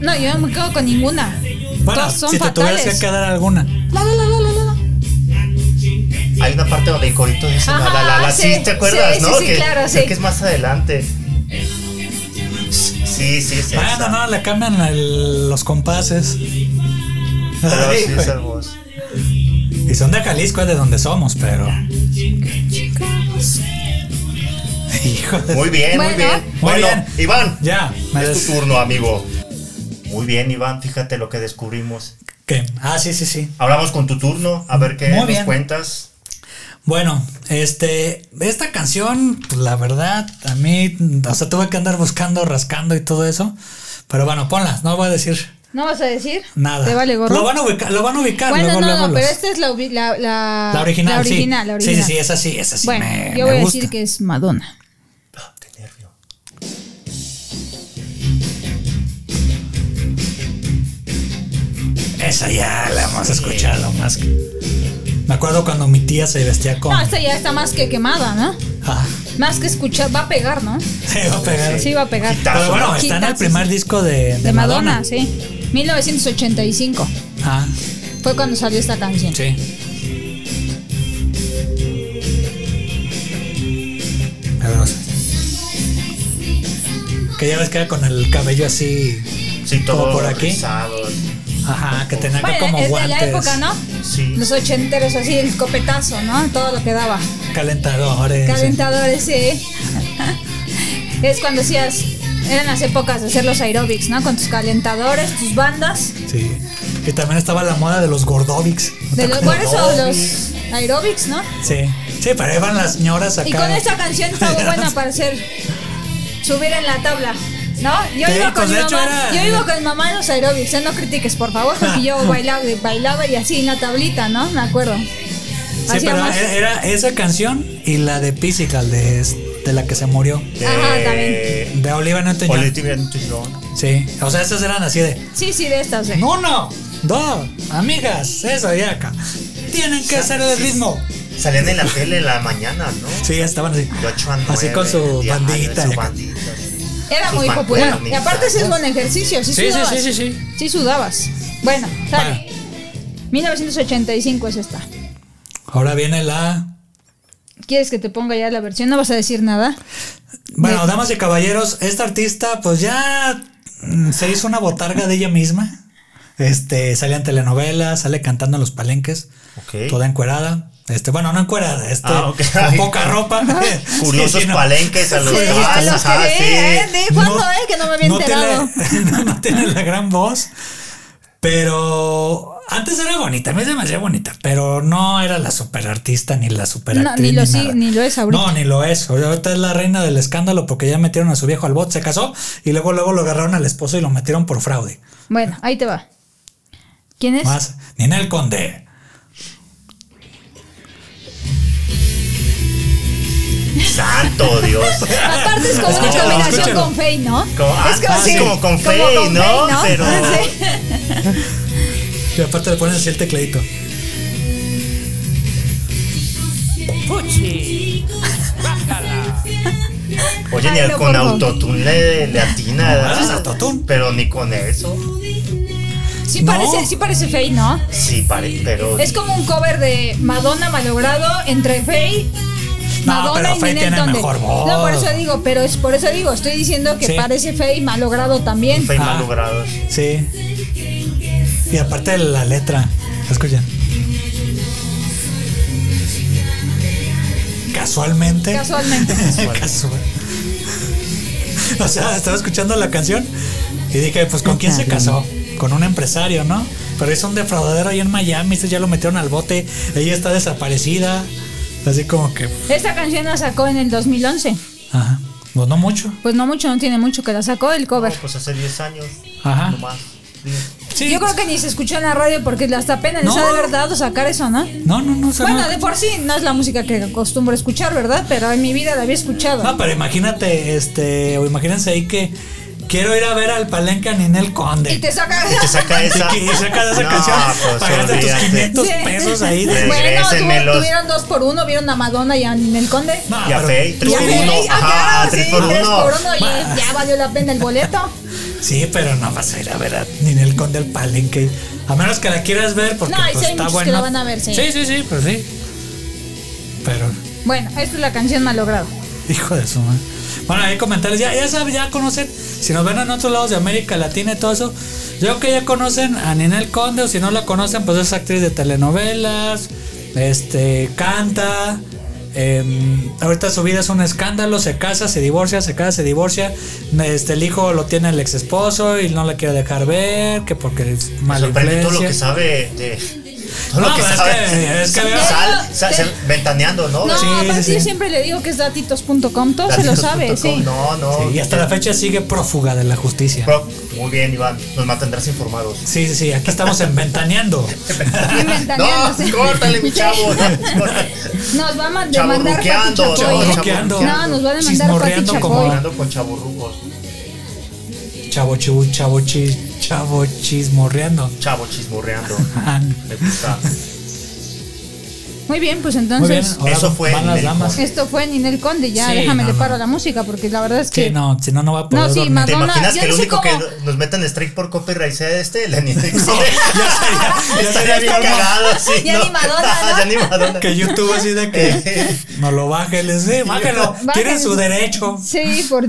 Speaker 3: No, yo no me quedo con ninguna.
Speaker 1: Bueno,
Speaker 3: Todas son
Speaker 1: si te tuvieras que
Speaker 3: fatales.
Speaker 1: quedar alguna.
Speaker 3: La, la, la, la, la, la.
Speaker 2: Hay una parte donde el corito dice
Speaker 3: Ajá,
Speaker 2: la la la, la,
Speaker 3: sí,
Speaker 2: sí, ¿te acuerdas?
Speaker 3: sí,
Speaker 2: ¿no?
Speaker 3: sí,
Speaker 2: que,
Speaker 3: claro,
Speaker 2: creo
Speaker 3: sí.
Speaker 2: que es más adelante. Sí, sí, sí.
Speaker 1: Bueno, no, le cambian el- los compases.
Speaker 2: Pero
Speaker 1: Ay,
Speaker 2: sí,
Speaker 1: güey.
Speaker 2: esa voz.
Speaker 1: y son de Jalisco, es de donde somos, pero. Hijo de-
Speaker 2: Muy bien,
Speaker 3: Bueno.
Speaker 2: muy bien.
Speaker 3: Muy
Speaker 2: Bueno,
Speaker 1: bien.
Speaker 2: Iván,
Speaker 1: Ya, me
Speaker 2: es
Speaker 1: des-
Speaker 2: tu turno, amigo. Muy bien, Iván, fíjate lo que descubrimos.
Speaker 1: ¿Qué? Ah, sí, sí, sí.
Speaker 2: Ahora vamos con tu turno, a ver qué
Speaker 1: Muy
Speaker 2: nos
Speaker 1: bien.
Speaker 2: cuentas.
Speaker 1: Bueno, este, esta canción, pues, la verdad, a mí, o sea, tuve que andar buscando, rascando y todo eso. Pero bueno, ponla, no voy a decir
Speaker 3: ¿No vas a decir?
Speaker 1: nada.
Speaker 3: ¿Te vale gorro?
Speaker 1: Lo van a ubicar, lo van a ubicar.
Speaker 3: bueno,
Speaker 1: luego,
Speaker 3: no,
Speaker 1: luego
Speaker 3: no,
Speaker 1: los-
Speaker 3: pero esta es la, ubi- la, la,
Speaker 1: la original,
Speaker 3: la original,
Speaker 1: sí.
Speaker 3: la
Speaker 1: Sí,
Speaker 3: original.
Speaker 1: sí, sí, esa sí, esa sí
Speaker 3: Bueno,
Speaker 1: me,
Speaker 3: yo
Speaker 1: me
Speaker 3: voy a
Speaker 1: gusta.
Speaker 3: decir que es Madonna.
Speaker 2: Ah, qué nervio.
Speaker 1: Esa ya la hemos escuchado más que... Me acuerdo cuando mi tía se vestía con...
Speaker 3: No, esta ya está más que quemada, ¿no?
Speaker 1: Ah,
Speaker 3: Más que escuchar, va a pegar, ¿no?
Speaker 1: se iba a pegar.
Speaker 3: Sí, va a pegar.
Speaker 2: Hitazo.
Speaker 1: Pero bueno,
Speaker 3: Hitazo,
Speaker 1: está en el
Speaker 3: sí,
Speaker 1: primer disco de, de
Speaker 3: De Madonna,
Speaker 1: Madonna.
Speaker 3: sí. 1985
Speaker 1: Ah,
Speaker 3: fue cuando salió esta canción.
Speaker 1: sí. Pero, o sea, que ya ves que era con el cabello así...
Speaker 2: Sí,
Speaker 1: ¿Como
Speaker 2: todo
Speaker 1: por aquí?
Speaker 2: rizado.
Speaker 1: Ajá, que tenía
Speaker 3: Bueno,
Speaker 1: como
Speaker 3: es
Speaker 1: guantes.
Speaker 3: de la época, ¿no?
Speaker 2: Sí.
Speaker 3: Los ochenteros, así, el copetazo, ¿no? Todo lo que daba.
Speaker 1: Calentadores.
Speaker 3: Calentadores, sí. es cuando hacías. Eran las épocas de hacer los aerobics, ¿no? Con tus calentadores, tus bandas.
Speaker 1: Sí. Y también estaba la moda de los gordobics. ¿no te
Speaker 3: De los,
Speaker 1: acuerdas?
Speaker 3: ¿Cuáles son los aerobics, no?
Speaker 1: Sí, sí, pero iban las señoras acá.
Speaker 3: Y con esta canción estaba buena para hacer subir en la tabla. ¿No? Yo
Speaker 1: Sí,
Speaker 3: iba con
Speaker 1: pues,
Speaker 3: mi
Speaker 1: de hecho,
Speaker 3: mamá,
Speaker 1: era-
Speaker 3: yo iba con mi mamá en los aerobics, ¿eh? no critiques, por favor, porque yo bailaba, bailaba y así en la tablita, ¿no? Me acuerdo.
Speaker 1: Sí, pero
Speaker 3: Hacíamos-
Speaker 1: era, era esa canción y la de Physical, de, es- de la que se murió.
Speaker 3: Ajá,
Speaker 2: De...
Speaker 1: De Oliver Newton John.
Speaker 2: Eh, Olivia Newton-John.
Speaker 1: Sí. O sea, esas eran así de.
Speaker 3: Sí, sí, de estas, ¿eh?
Speaker 1: Uno, dos, amigas, eso y acá. Tienen que hacer el ritmo.
Speaker 2: Salían en la tele en la mañana, ¿no?
Speaker 1: Sí, estaban así.
Speaker 2: De 8 a 9.
Speaker 1: Así con su
Speaker 2: diario,
Speaker 1: bandita.
Speaker 2: Su
Speaker 1: y acá.
Speaker 2: bandita.
Speaker 3: Era
Speaker 2: Sus
Speaker 3: muy popular.
Speaker 2: mancuernas.
Speaker 3: Y aparte ese es buen ejercicio, sí,
Speaker 1: Sí, sí,
Speaker 3: sudabas.
Speaker 1: sí, sí, sí.
Speaker 3: Sí sudabas. Bueno, sale.
Speaker 1: Bueno.
Speaker 3: 1985 es esta.
Speaker 1: Ahora viene la.
Speaker 3: ¿Quieres que te ponga ya la versión? No vas a decir nada.
Speaker 1: Bueno,
Speaker 3: De-
Speaker 1: damas y caballeros, esta artista, pues ya se hizo una botarga de ella misma. Este, sale en telenovelas, sale cantando en los palenques,
Speaker 2: Ok.
Speaker 1: toda encuerada. Este, bueno, no encuerada, este,
Speaker 2: Ah, ok.
Speaker 1: con poca ropa. Sí,
Speaker 2: Curiosos
Speaker 1: sí, no.
Speaker 2: palenques a los
Speaker 3: Sí,
Speaker 2: que
Speaker 3: a
Speaker 2: vas,
Speaker 3: los que
Speaker 2: ajá,
Speaker 3: ve, ¿eh?
Speaker 2: sí.
Speaker 3: De cuándo es que no me había
Speaker 1: no
Speaker 3: enterado.
Speaker 1: tiene- no, no tiene la gran voz. Pero antes era bonita, a mí se me hacía bonita, pero no era la superartista ni la superactriz.
Speaker 3: No, ni lo sí-
Speaker 1: nada.
Speaker 3: ni lo es ahorita.
Speaker 1: No, ni lo es. Ahorita es la reina del escándalo porque ya metieron a su viejo al bot, se casó y luego luego lo agarraron al esposo y lo metieron por fraude.
Speaker 3: Bueno, ahí te va. ¿Quién es?
Speaker 1: Más, Ninel Conde.
Speaker 2: Santo Dios.
Speaker 3: Aparte es como una
Speaker 1: Escúchalo,
Speaker 3: combinación
Speaker 1: escúchalo.
Speaker 3: con Fey, ¿no?
Speaker 2: Como- ah,
Speaker 3: es como
Speaker 2: ah, sí,
Speaker 3: así,
Speaker 2: como con Fey, ¿no? Pero-
Speaker 3: Sí.
Speaker 1: Y aparte le ponen así el tecladito.
Speaker 2: Oye, ni
Speaker 3: Ay,
Speaker 2: al-
Speaker 3: no,
Speaker 2: con
Speaker 3: por favor.
Speaker 2: autotune le, le atina.
Speaker 1: No, eso es
Speaker 2: ¿verdad?
Speaker 1: autotune.
Speaker 2: Pero ni con eso.
Speaker 3: Sí
Speaker 1: No.
Speaker 3: parece, sí parece Fey, ¿no?
Speaker 2: Sí, pare, pero.
Speaker 3: Es como un cover de Madonna malogrado entre Fey.
Speaker 1: No,
Speaker 3: Madonna
Speaker 1: pero
Speaker 3: y
Speaker 1: Fey
Speaker 3: Ninel
Speaker 1: tiene
Speaker 3: Conde.
Speaker 1: mejor voz.
Speaker 3: No, por eso digo, pero es por eso digo, estoy diciendo que
Speaker 1: Sí.
Speaker 3: parece Fey malogrado también.
Speaker 2: Fey
Speaker 1: Ah.
Speaker 2: mal logrado.
Speaker 1: Sí. Y aparte la letra. Escuchen. Casualmente.
Speaker 3: Casualmente.
Speaker 1: Casual. O sea, estaba escuchando la canción y dije, pues ¿con quién se casó? Con un empresario, ¿no? Pero es un defraudadero ahí en Miami, este ya lo metieron al bote, ella está desaparecida. Así como que,
Speaker 3: Esta canción la sacó en el 2011.
Speaker 1: ajá, pues no mucho.
Speaker 3: Pues no mucho, no tiene mucho que la sacó el cover.
Speaker 2: No, pues hace 10 años.
Speaker 1: Ajá.
Speaker 2: No más.
Speaker 1: Sí.
Speaker 3: Yo creo que ni se escuchó en la radio porque hasta pena les
Speaker 1: No.
Speaker 3: ha de haber dado sacar eso, ¿no?
Speaker 1: No, no, no, o sea,
Speaker 3: Bueno,
Speaker 1: no.
Speaker 3: de por sí no es la música que acostumbro escuchar, ¿verdad? Pero en mi vida la había escuchado.
Speaker 2: Ah,
Speaker 1: No, Ah, pero imagínate, este, o imagínense ahí que quiero ir a ver al Palenque a Ninel Conde.
Speaker 3: y te saca.
Speaker 2: Te saca esa.
Speaker 1: Y que sacas esa
Speaker 2: No,
Speaker 1: canción,
Speaker 2: pues,
Speaker 1: pagaste tus
Speaker 2: olvídate.
Speaker 1: 500
Speaker 3: Sí.
Speaker 1: pesos ahí. de-
Speaker 2: Sí.
Speaker 3: Bueno, tuvo-
Speaker 2: Regrésenmelos.
Speaker 3: tuvieron dos por uno, vieron a Madonna y a Ninel Conde.
Speaker 1: No,
Speaker 2: Y a
Speaker 1: pero-
Speaker 2: Fey, tres
Speaker 3: Y a
Speaker 2: por
Speaker 3: Fey,
Speaker 2: uno.
Speaker 3: ah,
Speaker 2: Ajá,
Speaker 3: claro,
Speaker 2: tres
Speaker 3: sí,
Speaker 2: por
Speaker 3: tres
Speaker 2: uno.
Speaker 3: por uno, y ya valió la pena el boleto.
Speaker 1: Sí, pero no vas a ir a ver a Ninel Conde al Palenque. A menos que la quieras ver porque
Speaker 3: No, y sí
Speaker 1: pues,
Speaker 3: hay
Speaker 1: está
Speaker 3: muchos que
Speaker 1: bueno.
Speaker 3: la van a ver, sí.
Speaker 1: Sí, sí, sí, pues sí. Pero,
Speaker 3: Bueno, esta es la canción malograda.
Speaker 1: hijo de su madre. Bueno, hay comentarios. Ya, ya saben, ya conocen. Si nos ven en otros lados de América Latina y todo eso, yo creo que ya conocen a Ninel Conde. O si no la conocen, pues es actriz de telenovelas. Este, canta. em, ahorita su vida es un escándalo. Se casa, se divorcia, se casa, se divorcia. Este, el hijo lo tiene el ex esposo y no la quiere dejar ver. Que porque es
Speaker 2: Me
Speaker 1: mala
Speaker 2: sorprende todo lo que
Speaker 1: influencia.
Speaker 2: sabe de. Todo
Speaker 1: No,
Speaker 2: lo que
Speaker 1: pero es que-
Speaker 2: sabe.
Speaker 1: es que veo-
Speaker 2: Sal- sal- sal- ventaneando, ¿no?
Speaker 3: No,
Speaker 1: Sí,
Speaker 3: aparte
Speaker 1: sí,
Speaker 3: yo
Speaker 1: sí.
Speaker 3: siempre le digo que es datitos.com, todo se lo
Speaker 2: Latinos.com.
Speaker 3: sabe, sí.
Speaker 2: No, no.
Speaker 1: Sí, y hasta la fecha sigue prófuga de la justicia.
Speaker 2: Pero, Muy bien, Iván. Nos mantendrás informados.
Speaker 1: Sí, sí, sí. Aquí estamos en Ventaneando.
Speaker 2: No,
Speaker 3: Inventaneando, sí.
Speaker 2: córtale, mi chavo.
Speaker 3: Nos va a man-
Speaker 2: Chavo
Speaker 3: demandar Pati
Speaker 2: ruqueando,
Speaker 3: Chapoy,
Speaker 1: chavo
Speaker 3: ¿eh?
Speaker 1: ruqueando.
Speaker 3: No, nos va a demandar Pati
Speaker 1: Chismorreando como-
Speaker 3: Chapoy.
Speaker 2: Hablando con chaburrucos.
Speaker 1: Chavo chu, chavo chi, chavo chismorreando.
Speaker 2: Chavo chismorreando.
Speaker 1: Ah,
Speaker 2: Me gusta.
Speaker 3: Muy bien, pues
Speaker 1: Muy bien,
Speaker 3: entonces
Speaker 1: ahora
Speaker 2: Eso fue
Speaker 1: van las
Speaker 2: el
Speaker 1: damas.
Speaker 3: esto fue Ninel Conde, ya
Speaker 1: Sí,
Speaker 3: déjame
Speaker 1: no,
Speaker 3: le
Speaker 1: no.
Speaker 3: paro la música porque la verdad es que
Speaker 1: Sí, no, si no, no va a poder.
Speaker 3: No, sí,
Speaker 1: dormir.
Speaker 2: ¿Te
Speaker 3: Madonna,
Speaker 2: imaginas
Speaker 3: yo
Speaker 2: que el
Speaker 3: no sé
Speaker 2: único que
Speaker 3: cómo-
Speaker 2: nos metan strike por copyright sea este? El anime. Estaría
Speaker 1: sería
Speaker 2: bien
Speaker 1: como-
Speaker 2: cagado, sí.
Speaker 3: Ya
Speaker 2: ¿no?
Speaker 3: ni Madonna, ¿no?
Speaker 2: Ya ni Madonna.
Speaker 1: Que YouTube así de que no lo bajen, les sí, bájalo.
Speaker 3: Bájenlo.
Speaker 1: Tienen su derecho.
Speaker 3: sí, por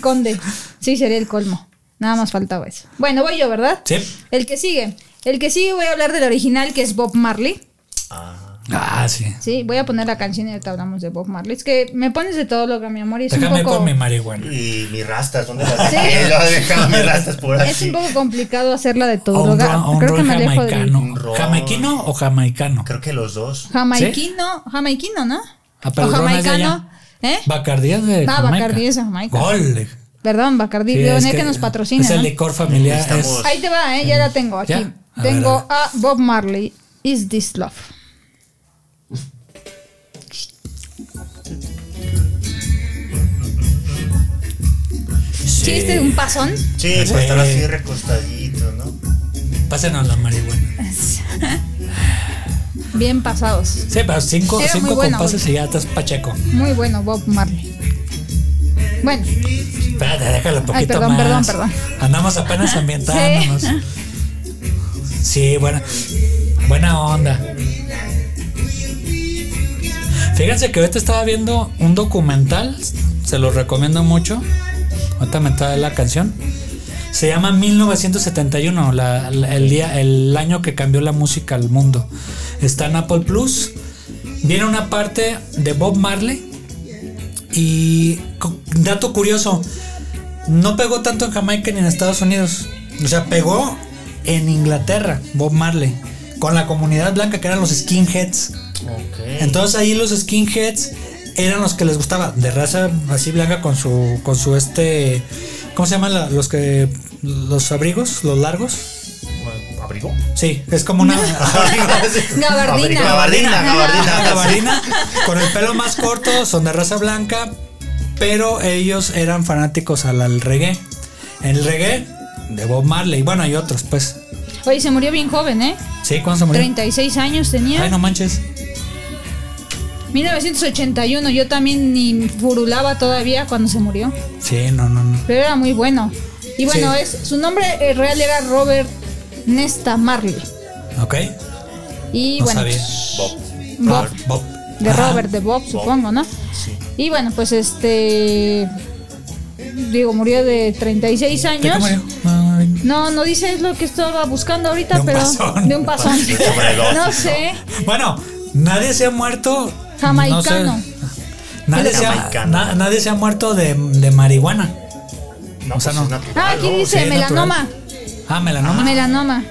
Speaker 3: Conde. Sí, sería el colmo. Nada más faltaba eso. Bueno, voy yo, ¿verdad?
Speaker 1: Sí.
Speaker 3: El que sigue. El que sigue voy a hablar del original que es Bob Marley.
Speaker 2: Ah,
Speaker 1: Ah, sí.
Speaker 3: Sí, voy a poner la canción y ahorita hablamos de Bob Marley. Es que me pones de todo lo que mi amor y es
Speaker 1: Déjame
Speaker 3: un
Speaker 1: ir
Speaker 3: poco
Speaker 1: con mi marihuana.
Speaker 2: y mis rastas, ¿dónde las
Speaker 3: Sí.
Speaker 2: dejé? Yo dejaba mis rastas por
Speaker 3: es un
Speaker 2: aquí.
Speaker 3: poco complicado hacerla de
Speaker 1: O
Speaker 3: todo.
Speaker 1: un, ron-
Speaker 3: Ga-
Speaker 1: o un
Speaker 3: Creo que
Speaker 1: ron
Speaker 3: me alejo
Speaker 1: jamaicano.
Speaker 3: de
Speaker 2: Un ron.
Speaker 1: ¿Jamaicano o jamaicano?
Speaker 2: Creo que los dos.
Speaker 3: jamaiquino, jamaiquino, ¿no?
Speaker 1: Ah, pero
Speaker 3: o
Speaker 1: el ron es de
Speaker 3: jamaicano, ¿eh?
Speaker 1: Bacardí es de
Speaker 3: Ah,
Speaker 1: Jamaica.
Speaker 3: Bacardí es de Jamaica.
Speaker 1: Gol.
Speaker 3: Perdón, Bacardi,
Speaker 1: Sí,
Speaker 3: Leonel
Speaker 1: es
Speaker 3: que, nos patrocina.
Speaker 1: Es el
Speaker 3: ¿no?
Speaker 1: licor familiar. es-
Speaker 2: Estamos-
Speaker 3: Ahí te va, ¿eh? ya la tengo aquí.
Speaker 1: Ya. A ver,
Speaker 3: Tengo a Bob Marley, Is This Love. Sí, este es un pasón.
Speaker 2: Sí,
Speaker 1: Sí.
Speaker 2: para estar así recostadito, ¿no?
Speaker 1: Pásenos la marihuana.
Speaker 3: Bien pasados.
Speaker 1: Sí, pero cinco,
Speaker 3: Era muy
Speaker 1: cinco
Speaker 3: buena,
Speaker 1: compases y ya estás pacheco.
Speaker 3: Muy bueno, Bob Marley. Bueno,
Speaker 1: Espérate, déjalo un poquito
Speaker 3: perdón,
Speaker 1: más.
Speaker 3: perdón, perdón.
Speaker 1: Andamos apenas ambientándonos. Sí, buena, buena onda. Fíjense que ahorita estaba viendo un documental, se los recomiendo mucho. Ahorita me trae la canción. Se llama 1971, la- la- el, día, el año que cambió la música al mundo. Está en Apple Plus. Viene una parte de Bob Marley. Y cu- dato curioso, no pegó tanto en Jamaica ni en Estados Unidos. O sea, pegó en Inglaterra, Bob Marley. Con la comunidad blanca que eran los skinheads.
Speaker 2: Ok.
Speaker 1: Entonces ahí los skinheads eran los que les gustaba, de raza así blanca con su con su este ¿cómo se llaman la- los que los abrigos, los largos?
Speaker 2: Bueno, ¿Abrigo?
Speaker 1: Sí, es como una
Speaker 3: Gabardina.
Speaker 2: Abrigo, Gabardina,
Speaker 1: una
Speaker 2: gabardina.
Speaker 1: gabardina con el pelo más corto, son de raza blanca, pero ellos eran fanáticos al, al reggae. El reggae de Bob Marley, bueno, y otros, pues.
Speaker 3: Oye, se murió bien joven, ¿eh?
Speaker 1: Sí, ¿cuándo se murió?
Speaker 3: 36 años
Speaker 1: Ay,
Speaker 3: tenía.
Speaker 1: no manches.
Speaker 3: 1981, yo también ni furulaba todavía cuando se murió.
Speaker 1: Sí, no, no, no.
Speaker 3: Pero era muy bueno. Y bueno,
Speaker 1: Sí.
Speaker 3: es, su nombre eh, real era Robert Nesta Marley.
Speaker 1: Ok.
Speaker 3: Y
Speaker 1: No
Speaker 3: bueno,
Speaker 1: sabía.
Speaker 2: Bob.
Speaker 3: Bob,
Speaker 1: Bob.
Speaker 3: de
Speaker 1: Ajá.
Speaker 3: Robert, de Bob, supongo, ¿no? Y bueno, pues este. Digo, murió de 36
Speaker 1: ¿De qué
Speaker 3: años.
Speaker 1: murió? Ay,
Speaker 3: No, no dice es lo que estaba buscando ahorita,
Speaker 1: De un
Speaker 3: pero.
Speaker 1: pasón.
Speaker 3: De un pasón.
Speaker 2: sobredosis,
Speaker 3: no sé.
Speaker 1: Bueno, nadie se ha muerto.
Speaker 3: Jamaicano.
Speaker 1: no sé, nadie, se ha,
Speaker 2: Jamaicano.
Speaker 1: na- nadie se ha muerto de, de marihuana.
Speaker 2: No,
Speaker 1: O sea,
Speaker 2: pues
Speaker 1: no.
Speaker 2: es natural,
Speaker 3: Ah, aquí
Speaker 2: ¿no?
Speaker 3: dice
Speaker 1: Sí,
Speaker 3: melanoma.
Speaker 1: Ah, melanoma.
Speaker 3: Melanoma.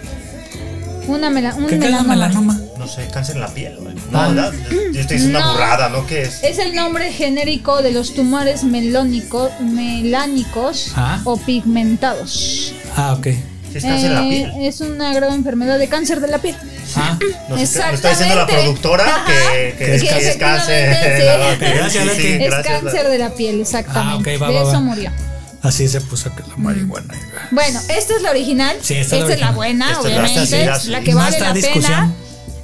Speaker 3: Una mela, un
Speaker 1: ¿Qué qué es la
Speaker 3: melanoma.
Speaker 1: melanoma?
Speaker 2: No sé, cáncer en la piel. güey.
Speaker 1: Ah.
Speaker 2: No, ¿verdad? Esto es una
Speaker 3: No.
Speaker 2: burrada, ¿no? ¿Qué es?
Speaker 3: Es el nombre genérico de los tumores melónico- melánicos
Speaker 1: Ah.
Speaker 3: o pigmentados.
Speaker 1: Ah, ok.
Speaker 2: Si es cáncer en la
Speaker 3: Eh,
Speaker 2: piel.
Speaker 3: es una grave enfermedad de cáncer de la piel.
Speaker 1: Ah,
Speaker 2: Nos está, nos está diciendo la
Speaker 3: Exactamente.
Speaker 2: productora que, que,
Speaker 3: Que
Speaker 2: es, que es cáncer.
Speaker 3: efectivamente,
Speaker 2: en la
Speaker 3: sí.
Speaker 2: piel.
Speaker 1: Gracias,
Speaker 2: Sí, sí,
Speaker 1: Leti.
Speaker 3: Es
Speaker 2: gracias,
Speaker 3: cáncer de la piel, exactamente.
Speaker 1: Ah, ok, va,
Speaker 3: de
Speaker 1: va,
Speaker 3: eso
Speaker 1: va.
Speaker 3: murió.
Speaker 1: así se puso que la marihuana.
Speaker 3: Bueno, esta es la original.
Speaker 1: Sí,
Speaker 3: esta
Speaker 1: esta es la original.
Speaker 3: es la buena,
Speaker 2: Esta es la-
Speaker 3: obviamente.
Speaker 2: esta sí,
Speaker 3: es
Speaker 2: la-
Speaker 3: la,
Speaker 2: sí.
Speaker 3: que
Speaker 1: No
Speaker 3: vale
Speaker 1: está
Speaker 3: la pena.
Speaker 1: discusión.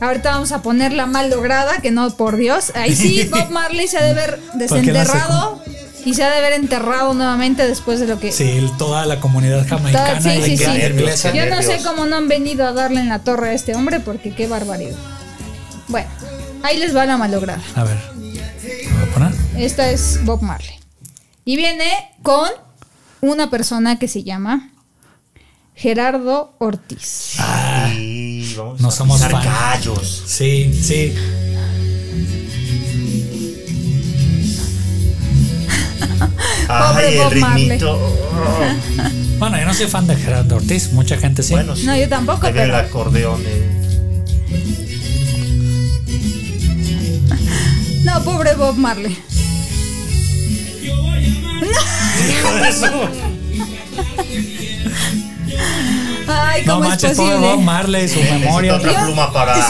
Speaker 3: Ahorita vamos a poner la mal lograda, que no, por Dios. Ahí sí, Bob Marley se ha de ver desenterrado y se ha de ver enterrado nuevamente después de lo que.
Speaker 1: Sí, el- toda la comunidad jamaicana
Speaker 3: sí,
Speaker 1: y
Speaker 3: sí,
Speaker 1: que-
Speaker 3: sí.
Speaker 1: inglesa.
Speaker 3: Yo no sé
Speaker 2: nervios.
Speaker 3: cómo no han venido a darle en la torre a este hombre, porque qué barbaridad. Bueno, ahí les va la mal lograda.
Speaker 1: A ver. ¿lo voy a poner?
Speaker 3: Esta es Bob Marley. Y viene con una persona que se llama Gerardo Ortiz.
Speaker 2: Y vamos
Speaker 1: No
Speaker 2: a
Speaker 1: somos
Speaker 2: pisar
Speaker 1: fan.
Speaker 2: gallos.
Speaker 1: Sí, sí.
Speaker 3: Pobre
Speaker 2: Ay, el
Speaker 3: Bob Marley.
Speaker 2: ritmito. Oh,
Speaker 1: Bueno, yo no soy fan de Gerardo Ortiz. Mucha gente sí.
Speaker 2: Bueno, sí.
Speaker 3: No, yo tampoco,
Speaker 2: Ahí viene
Speaker 3: pero-
Speaker 2: el acordeón. eh.
Speaker 3: No, pobre Bob Marley. Ay,
Speaker 1: no
Speaker 3: ¿cómo es
Speaker 1: manches, pobre Bob
Speaker 3: posible?
Speaker 1: Marley, su
Speaker 2: Necesito
Speaker 1: memoria.
Speaker 2: otra
Speaker 3: Yo-
Speaker 2: pluma para.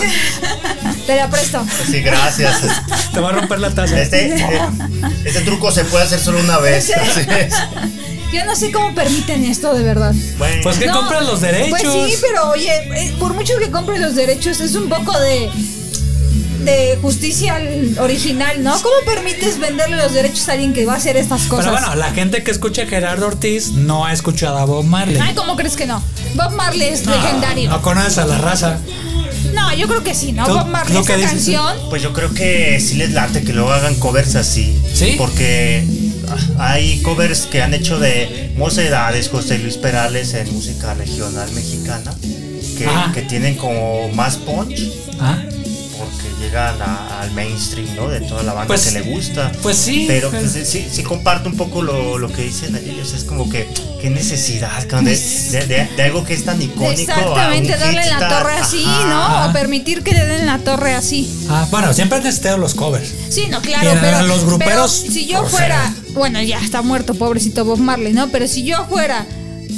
Speaker 3: Te la presto.
Speaker 2: Sí, gracias.
Speaker 1: Te va a romper la taza.
Speaker 2: Este, eh, este truco se puede hacer solo una vez. Así es.
Speaker 3: Yo no sé cómo permiten esto de verdad.
Speaker 2: Bueno,
Speaker 1: Pues que
Speaker 3: No,
Speaker 1: compran los derechos.
Speaker 3: Pues sí, pero oye, eh, por mucho que compre los derechos, es un poco de de justicia al original, ¿no? ¿Cómo permites venderle los derechos a alguien que va a hacer estas cosas?
Speaker 1: Pero bueno, la gente que escucha a Gerardo Ortiz no ha escuchado a Bob Marley.
Speaker 3: Ay, ¿cómo crees que no? Bob Marley es
Speaker 1: no,
Speaker 3: legendario.
Speaker 1: No conoces a la raza.
Speaker 3: No, yo creo que sí, ¿no?
Speaker 1: Tú-
Speaker 3: Bob Marley,
Speaker 1: lo que
Speaker 3: esa
Speaker 1: dices, sí.
Speaker 3: canción.
Speaker 2: Pues yo creo que sí les late que luego hagan covers así.
Speaker 1: ¿Sí?
Speaker 2: Porque ah, hay covers que han hecho de mocedades, José Luis Perales en música regional mexicana. Que,
Speaker 1: Ajá.
Speaker 2: que tienen como más punch
Speaker 1: Ah,
Speaker 2: porque llegan a- al mainstream, ¿no? De toda la banda
Speaker 1: Pues-
Speaker 2: que le gusta.
Speaker 1: pues sí.
Speaker 2: Pero
Speaker 1: pero-
Speaker 2: pues, sí, sí, sí comparto un poco lo, lo que dicen ellos. Es como que, qué necesidad, cabrón, de, de- de- de algo que es tan icónico.
Speaker 3: Exactamente, darle en la torre así, ¿no? O permitir que le den en la torre así.
Speaker 1: Ah, bueno, siempre han necesitado los covers.
Speaker 3: Sí, no, claro,
Speaker 1: Y a
Speaker 3: pero.
Speaker 1: los gruperos,
Speaker 3: pero si yo
Speaker 1: por
Speaker 3: fuera. Bueno, ya está muerto, pobrecito Bob Marley, ¿no? Pero si yo fuera.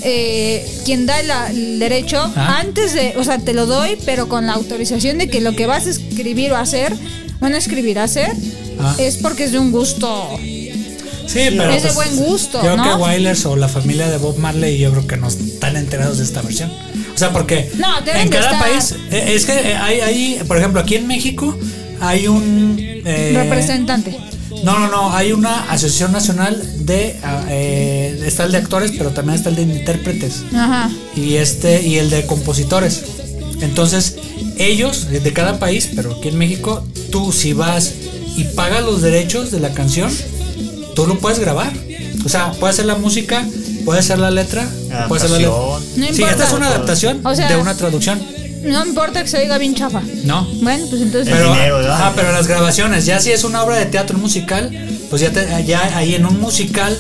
Speaker 3: eh, quien da la- el derecho
Speaker 1: Ah.
Speaker 3: antes de, o sea, te lo doy, pero con la autorización de que lo que vas a escribir o hacer, bueno, escribir, hacer,
Speaker 1: Ah. Eh.
Speaker 3: es porque es de un gusto.
Speaker 1: Sí, pero. pues,
Speaker 3: Es de buen gusto,
Speaker 1: Yo
Speaker 3: ¿no?
Speaker 1: creo que Wailers o la familia de Bob Marley, yo creo que no están enterados de esta versión. O sea, porque
Speaker 3: No, deben
Speaker 1: en
Speaker 3: de
Speaker 1: cada
Speaker 3: estar.
Speaker 1: país. eh, es que eh, hay, hay, por ejemplo, aquí en México hay un. eh,
Speaker 3: representante.
Speaker 1: No, no, no. Hay una asociación nacional de. ah, eh, está el de actores, pero también está el de intérpretes.
Speaker 3: Ajá.
Speaker 1: y este y el de compositores. Entonces, ellos de cada país, pero aquí en México, tú si vas y pagas los derechos de la canción, tú lo puedes grabar. O sea, puedes hacer la música, puedes hacer la letra, Puede ser la
Speaker 2: Adaptación.
Speaker 1: ley.
Speaker 3: No
Speaker 1: sí,
Speaker 3: importa.
Speaker 1: esta es una adaptación
Speaker 3: O sea-
Speaker 1: de una traducción.
Speaker 3: No importa que se oiga bien chafa.
Speaker 1: No.
Speaker 3: Bueno, pues entonces.
Speaker 1: Pero,
Speaker 2: dinero, ¿verdad?
Speaker 1: ah, pero las grabaciones, ya si es una obra de teatro musical, pues ya, te- ya ahí en un musical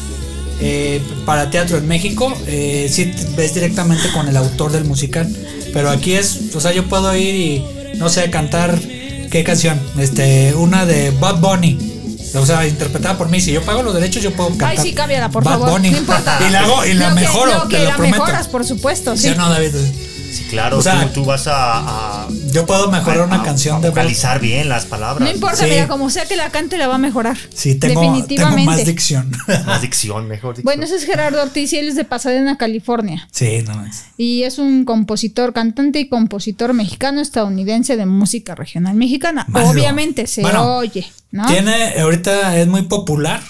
Speaker 1: eh, para teatro en México, eh, sí te ves directamente con el autor del musical. Pero aquí es, o sea, yo puedo ir y, no sé, cantar, ¿qué canción? Este, una de Bad Bunny. O sea, interpretada por mí. Si yo pago los derechos, yo puedo cantar.
Speaker 3: Ay, sí, cámbiala, por
Speaker 1: Bad
Speaker 3: favor.
Speaker 1: Bunny.
Speaker 3: No importa.
Speaker 1: Y la hago, y la
Speaker 3: Lo que-
Speaker 1: mejoro,
Speaker 3: lo que
Speaker 1: te lo
Speaker 3: la
Speaker 1: prometo.
Speaker 3: mejoras, por supuesto.
Speaker 1: ¿Sí
Speaker 3: Sí.
Speaker 1: o no, David?
Speaker 2: Sí, claro,
Speaker 1: O sea,
Speaker 2: tú, tú vas a, a-
Speaker 1: Yo puedo mejorar
Speaker 2: a-
Speaker 1: una
Speaker 2: a-
Speaker 1: canción
Speaker 2: a
Speaker 1: de Bad
Speaker 2: vocalizar bien las palabras.
Speaker 3: No importa,
Speaker 1: Sí.
Speaker 3: mira, como sea que la cante, la va a mejorar.
Speaker 1: Sí, tengo, tengo
Speaker 3: Definitivamente.
Speaker 1: más dicción.
Speaker 2: Más dicción, mejor dicción.
Speaker 3: Bueno, ese es Gerardo Ortiz y él es de Pasadena, California.
Speaker 1: sí, no más.
Speaker 3: Y es un compositor, cantante y compositor mexicano-estadounidense de música regional mexicana.
Speaker 1: Malo.
Speaker 3: Obviamente se
Speaker 1: Bueno,
Speaker 3: oye, ¿no?
Speaker 1: Tiene, ahorita es muy popular.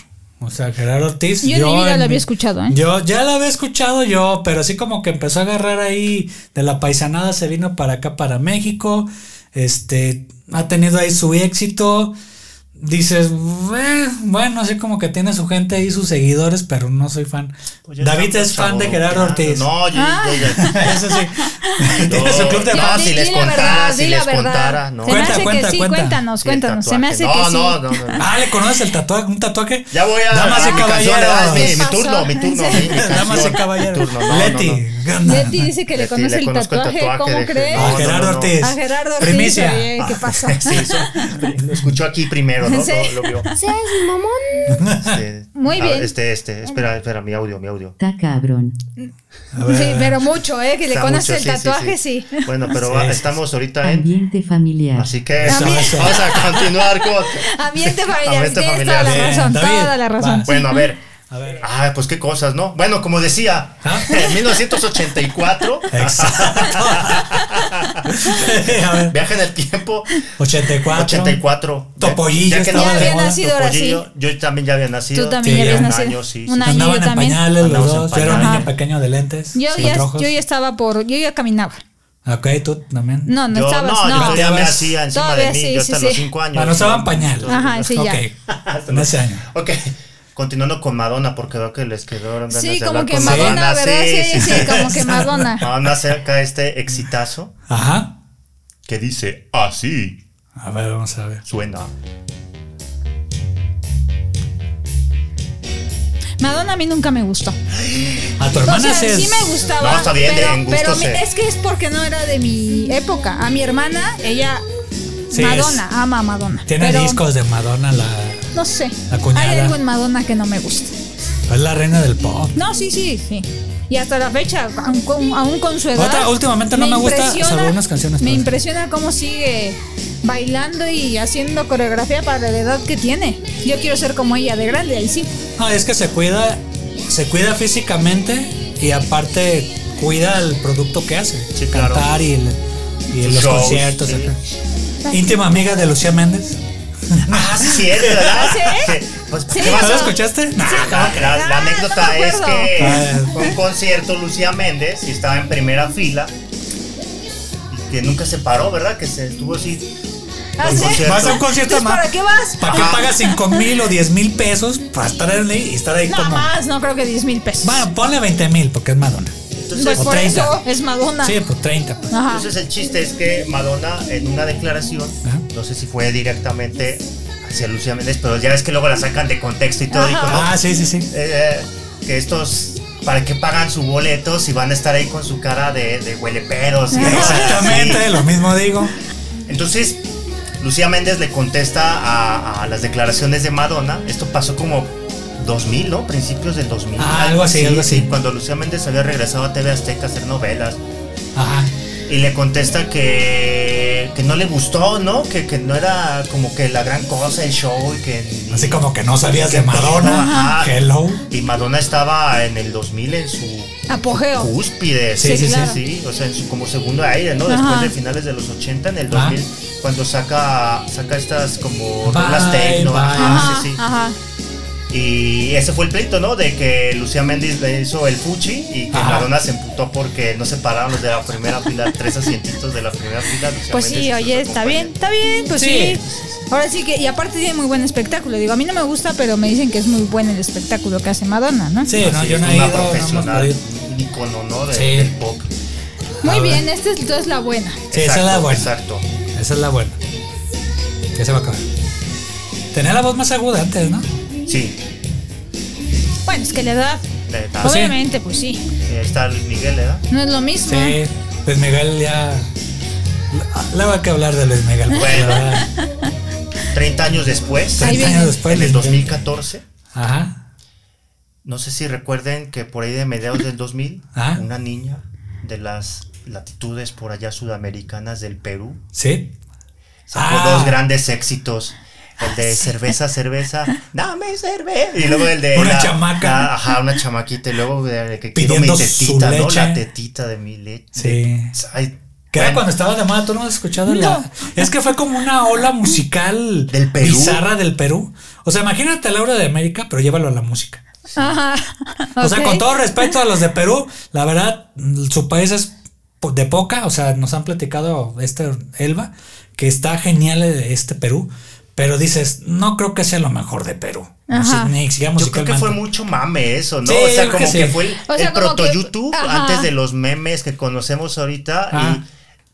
Speaker 1: O sea, Gerardo Ortiz.
Speaker 3: Yo en mi vida
Speaker 1: en
Speaker 3: la
Speaker 1: mi-
Speaker 3: había escuchado, ¿eh?
Speaker 1: Yo ya la había escuchado yo, pero así como que empezó a agarrar ahí de la paisanada, se vino para acá, para México. Este, ha tenido ahí su éxito. Dices, "Eh, bueno, así como que tiene su gente ahí, sus seguidores, pero no soy fan.
Speaker 2: Pues ya
Speaker 1: David
Speaker 2: estamos
Speaker 1: es fan de Gerardo
Speaker 2: chavorruqueando.
Speaker 1: Ortiz.
Speaker 2: No, yo,
Speaker 3: Ah.
Speaker 2: yo ya-
Speaker 1: Eso sí. tiene su club de
Speaker 3: Yo,
Speaker 2: No,
Speaker 1: fans.
Speaker 3: di-
Speaker 2: si les
Speaker 3: di la
Speaker 2: contara,
Speaker 3: verdad,
Speaker 2: si
Speaker 3: di la
Speaker 2: les
Speaker 3: verdad.
Speaker 2: contara, no.
Speaker 3: Se
Speaker 1: Cuenta,
Speaker 3: me hace
Speaker 1: cuenta,
Speaker 3: que sí,
Speaker 1: cuenta.
Speaker 3: cuéntanos,
Speaker 2: Sí,
Speaker 3: cuéntanos. Se me hace
Speaker 2: tatuaje.
Speaker 3: que
Speaker 2: no,
Speaker 3: sí.
Speaker 2: no, no, no.
Speaker 1: Ah, ¿le conoces el tatuaje? ¿Un tatuaje?
Speaker 2: Ya voy a.
Speaker 1: Damas y
Speaker 2: mi canción, ¿verdad? Es Mi, mi
Speaker 1: caballeros.
Speaker 3: Pasó.
Speaker 2: turno, mi turno. mi- mi
Speaker 1: Damas y
Speaker 2: canción, mi
Speaker 1: caballeros.
Speaker 2: turno. No,
Speaker 1: Leti.
Speaker 2: no, no.
Speaker 1: gana.
Speaker 3: Leti dice que le
Speaker 2: Leti,
Speaker 3: conoce
Speaker 2: le
Speaker 3: el
Speaker 2: conozco el
Speaker 3: tatuaje.
Speaker 2: tatuaje
Speaker 3: ¿Cómo
Speaker 2: de-
Speaker 3: crees?
Speaker 1: A
Speaker 2: No,
Speaker 1: Ah, Gerardo
Speaker 2: no, no.
Speaker 1: Ortiz.
Speaker 3: A Gerardo Ortiz.
Speaker 1: Primicia.
Speaker 3: oye, ¿Qué pasó?
Speaker 2: Sí, eso, lo escuchó aquí primero, ¿no?
Speaker 3: Sí.
Speaker 2: Lo, lo vio.
Speaker 4: Seas mamón.
Speaker 2: Este,
Speaker 3: Muy
Speaker 2: a-
Speaker 3: bien.
Speaker 2: Este, este, espera, espera, mi audio, mi audio.
Speaker 5: Está cabrón.
Speaker 3: Sí, pero mucho, ¿eh? Que le
Speaker 2: Está
Speaker 3: conoce el
Speaker 2: mucho,
Speaker 3: tatuaje, sí.
Speaker 2: Bueno, pero
Speaker 1: Sí,
Speaker 2: va-
Speaker 1: sí,
Speaker 2: estamos ahorita en.
Speaker 5: Ambiente familiar.
Speaker 2: Así que
Speaker 1: Eso, También. eso.
Speaker 2: vamos a continuar con.
Speaker 3: Ambiente familiar,
Speaker 2: Ambiente
Speaker 3: tienes
Speaker 2: familiar.
Speaker 3: toda la
Speaker 1: Bien,
Speaker 3: razón,
Speaker 1: David,
Speaker 3: toda la razón.
Speaker 1: vas.
Speaker 2: Bueno, a ver.
Speaker 1: A ver.
Speaker 2: Ah, pues qué cosas, ¿no? Bueno, como decía,
Speaker 1: ¿Ah?
Speaker 2: en 1984,
Speaker 1: Exacto. A ver,
Speaker 2: ah, viaje en el tiempo,
Speaker 1: 84.
Speaker 2: 84.
Speaker 1: Topollillo
Speaker 2: que
Speaker 1: estaba
Speaker 2: no-
Speaker 3: Ya
Speaker 1: de
Speaker 3: había
Speaker 1: moda.
Speaker 3: nacido ahora sí.
Speaker 2: Topollillo, Yo también ya había nacido.
Speaker 3: Tú también
Speaker 1: Sí,
Speaker 3: ya habías
Speaker 1: un
Speaker 3: nacido.
Speaker 2: año, sí, sí,
Speaker 3: Un
Speaker 2: sí.
Speaker 3: año
Speaker 1: Andaban
Speaker 3: yo
Speaker 1: en
Speaker 3: también.
Speaker 1: pañales los
Speaker 2: Andamos en
Speaker 1: dos. Yo era un
Speaker 2: pañales.
Speaker 1: niño pequeño de lentes.
Speaker 3: Yo
Speaker 1: con
Speaker 3: ya,
Speaker 1: rojos.
Speaker 3: yo ya estaba por. Yo ya caminaba.
Speaker 1: Ok, tú también.
Speaker 3: No, no
Speaker 2: Yo-
Speaker 3: estabas,
Speaker 2: no, yo
Speaker 3: no.
Speaker 2: todavía me
Speaker 1: Todavía
Speaker 2: hacía encima
Speaker 3: todavía
Speaker 2: de mí,
Speaker 3: sí,
Speaker 2: yo
Speaker 3: sí,
Speaker 2: hasta
Speaker 3: sí.
Speaker 2: los 5 años.
Speaker 1: Bueno, usaban pañal.
Speaker 3: Ajá, sí, ya.
Speaker 1: Ok. En ese año.
Speaker 2: Ok, continuando con Madonna, porque veo que les quedó ganas de
Speaker 3: Sí, como
Speaker 2: hablar
Speaker 3: que
Speaker 2: con
Speaker 3: Madonna, ¿verdad? Sí, sí, como que Madonna.
Speaker 2: Madonna acerca este exitazo
Speaker 1: Ajá.
Speaker 2: que dice así,
Speaker 1: A ver, vamos a ver.
Speaker 2: suena.
Speaker 3: Madonna a mí nunca me gustó.
Speaker 1: A tu
Speaker 3: O
Speaker 1: hermana
Speaker 3: sea,
Speaker 1: sí es-
Speaker 3: sí me gustaba.
Speaker 2: No, está bien,
Speaker 3: pero,
Speaker 2: en gusto
Speaker 3: pero
Speaker 2: se-
Speaker 3: mi- es que es porque no era de mi época. A mi hermana, ella.
Speaker 1: Sí,
Speaker 3: Madonna, ama a Madonna.
Speaker 1: Tiene
Speaker 3: pero,
Speaker 1: discos de Madonna, la,
Speaker 3: No sé.
Speaker 1: La cuñada.
Speaker 3: Hay algo en Madonna que no me gusta.
Speaker 1: es la reina del pop.
Speaker 3: No, sí, sí, sí. Y hasta la fecha, aun con, aun con su edad.
Speaker 1: Otra, últimamente no me gusta,
Speaker 3: impresiona-
Speaker 1: salvo unas canciones, pues.
Speaker 3: Me
Speaker 1: pero-
Speaker 3: impresiona cómo sigue bailando y haciendo coreografía para la edad que tiene. Yo quiero ser como ella de grande, ahí sí.
Speaker 1: No, es que se cuida, se cuida físicamente y aparte cuida el producto que hace.
Speaker 2: Sí, claro.
Speaker 1: Cantar y, el- y
Speaker 2: Sus
Speaker 1: los
Speaker 2: shows,
Speaker 1: conciertos.
Speaker 2: sí.
Speaker 1: acá. Íntima amiga de Lucía Méndez.
Speaker 2: Ah, sí, cierto, ¿verdad?
Speaker 3: ¿Sí?
Speaker 2: Pues, ¿para
Speaker 3: Sí,
Speaker 2: qué
Speaker 1: ¿No
Speaker 2: vas
Speaker 1: la
Speaker 2: a-
Speaker 1: escuchaste? Nah.
Speaker 2: La, la- la
Speaker 3: Ah,
Speaker 2: anécdota
Speaker 3: no me
Speaker 2: es que
Speaker 1: acuerdo.
Speaker 2: fue un concierto Lucía Méndez y estaba en primera fila y que nunca se paró, ¿verdad? Que se estuvo así.
Speaker 3: ¿Ah,
Speaker 2: Un
Speaker 3: sí?
Speaker 2: concierto.
Speaker 1: Vas a un concierto
Speaker 3: Entonces,
Speaker 1: más.
Speaker 3: ¿para qué vas?
Speaker 1: ¿Para qué
Speaker 2: Ajá.
Speaker 1: pagas 5 mil o 10 mil pesos para estar ahí y estar ahí
Speaker 3: Nada
Speaker 1: como.
Speaker 3: más, no creo que 10 mil pesos.
Speaker 1: Bueno, ponle 20 mil porque es Madonna.
Speaker 3: pues
Speaker 2: Entonces,
Speaker 1: o
Speaker 3: por
Speaker 1: 30.
Speaker 3: eso es Madonna.
Speaker 1: Sí, pues 30. pues.
Speaker 3: Ajá.
Speaker 2: entonces el chiste es que Madonna en una declaración,
Speaker 1: Ajá.
Speaker 2: no sé si fue directamente hacia Lucía Méndez, pero ya ves que luego la sacan de contexto y todo, dijo, no,
Speaker 1: Ah, sí, sí, sí.
Speaker 2: eh, que estos para qué pagan su boleto si van a estar ahí con su cara de, de hueleperos y cosas así?
Speaker 1: Exactamente, lo mismo digo.
Speaker 2: Entonces, Lucía Méndez le contesta a, a las declaraciones de Madonna. Esto pasó como 2000, ¿no? Principios del 2000.
Speaker 1: Ah, algo así, algo así.
Speaker 2: sí, cuando Lucía Méndez había regresado a TV Azteca a hacer novelas.
Speaker 1: Ajá.
Speaker 2: Y le contesta que, que no le gustó, ¿no? Que, que no era como que la gran cosa el show y que...
Speaker 1: Así como que no sabías de
Speaker 2: Qué pedo,
Speaker 1: Madonna.
Speaker 2: ajá.
Speaker 1: Hello.
Speaker 2: Y Madonna estaba en el 2000 en su
Speaker 3: Apogeo.
Speaker 2: cúspide.
Speaker 1: Sí, sí, sí.
Speaker 2: sí, O sea, en su como segundo aire, ¿no? Después
Speaker 3: Ajá.
Speaker 2: de finales de los 80, en el
Speaker 1: Ah.
Speaker 2: 2000, cuando saca saca estas como
Speaker 1: Bye,
Speaker 2: rolas techno.
Speaker 1: bye.
Speaker 2: Ajá,
Speaker 3: Ajá,
Speaker 2: sí, sí.
Speaker 3: ajá.
Speaker 2: Y ese fue el pleito, ¿no? De que Lucía Méndez le hizo el fuchi y que
Speaker 1: Ajá.
Speaker 2: Madonna se emputó porque no se pararon los de la primera fila, tres asientitos de la primera fila. Lucía
Speaker 3: Pues
Speaker 2: Méndez
Speaker 3: sí,
Speaker 2: y
Speaker 3: oye,
Speaker 2: sus
Speaker 3: está bien, está bien, pues sí.
Speaker 1: Sí.
Speaker 3: Ahora sí que, y aparte tiene muy buen espectáculo. Digo, a mí no me gusta, pero me dicen que es muy buen el espectáculo que hace Madonna, ¿no?
Speaker 1: Sí,
Speaker 2: Así
Speaker 1: no,
Speaker 2: es,
Speaker 1: yo no he
Speaker 2: una
Speaker 1: ido. nada más
Speaker 2: profesional.
Speaker 1: por ir.
Speaker 2: Una ícono, ¿no? De-
Speaker 1: Sí.
Speaker 2: Del pop.
Speaker 1: A
Speaker 3: Muy
Speaker 1: ver.
Speaker 3: bien, esta es, entonces la buena.
Speaker 1: Sí, esa es la buena.
Speaker 2: Exacto.
Speaker 1: Esa es la buena. Ya se va a acabar. Tenía la voz más aguda antes, ¿no?
Speaker 2: Sí.
Speaker 3: Bueno, es que la edad,
Speaker 2: la edad.
Speaker 1: Pues sí.
Speaker 3: obviamente, pues sí,
Speaker 2: Ahí está Luis Miguel, ¿eh? ¿verdad?
Speaker 3: no es lo mismo.
Speaker 1: Sí. Luis Miguel ya. La va que hablar de Luis Miguel. porque
Speaker 2: Bueno.
Speaker 1: la verdad,
Speaker 2: 30 años después,
Speaker 3: Ahí
Speaker 1: 30
Speaker 3: viene.
Speaker 1: años después.
Speaker 2: en el
Speaker 1: Luis Miguel.
Speaker 2: 2014.
Speaker 1: Ajá.
Speaker 2: No sé si recuerden que por ahí de mediados del 2000,
Speaker 1: Ah.
Speaker 2: una niña de las latitudes por allá sudamericanas del Perú
Speaker 1: Sí.
Speaker 2: sacó
Speaker 1: Ah.
Speaker 2: dos grandes éxitos. El de cerveza, cerveza, dame cerveza. Y luego el de.
Speaker 1: Una
Speaker 2: la-
Speaker 1: chamaca.
Speaker 2: la- ajá, una chamaquita. Y luego de que quiero mi
Speaker 1: Pidiendo su
Speaker 2: tetita, ¿no? La
Speaker 1: leche.
Speaker 2: tetita de mi leche.
Speaker 1: Sí.
Speaker 2: Ay,
Speaker 1: Que era
Speaker 2: bueno,
Speaker 1: cuando estaba de moda, tú no has escuchado la. Es que fue como una ola musical
Speaker 2: Del Perú.
Speaker 1: bizarra del Perú. O sea, imagínate a Laura de América, pero llévalo a la música.
Speaker 3: Ajá.
Speaker 1: O sea,
Speaker 3: ok.
Speaker 1: con todo respeto a los de Perú, la verdad, mm, su país es po- de poca. O sea, nos han platicado este Elba, que está genial este Perú. Pero dices, no creo que sea lo mejor de Perú.
Speaker 3: Ajá.
Speaker 1: O sea, ni siquiera
Speaker 2: Yo creo que
Speaker 1: musicalmente.
Speaker 2: fue mucho mame eso, ¿no?
Speaker 1: Sí,
Speaker 2: o
Speaker 1: yo
Speaker 2: sea,
Speaker 1: creo
Speaker 2: como
Speaker 1: que
Speaker 2: que,
Speaker 1: sí.
Speaker 2: fue el,
Speaker 3: O sea,
Speaker 2: el
Speaker 3: como
Speaker 2: proto
Speaker 3: que-
Speaker 2: YouTube
Speaker 3: ajá.
Speaker 2: antes de los memes que conocemos ahorita.
Speaker 1: Ajá.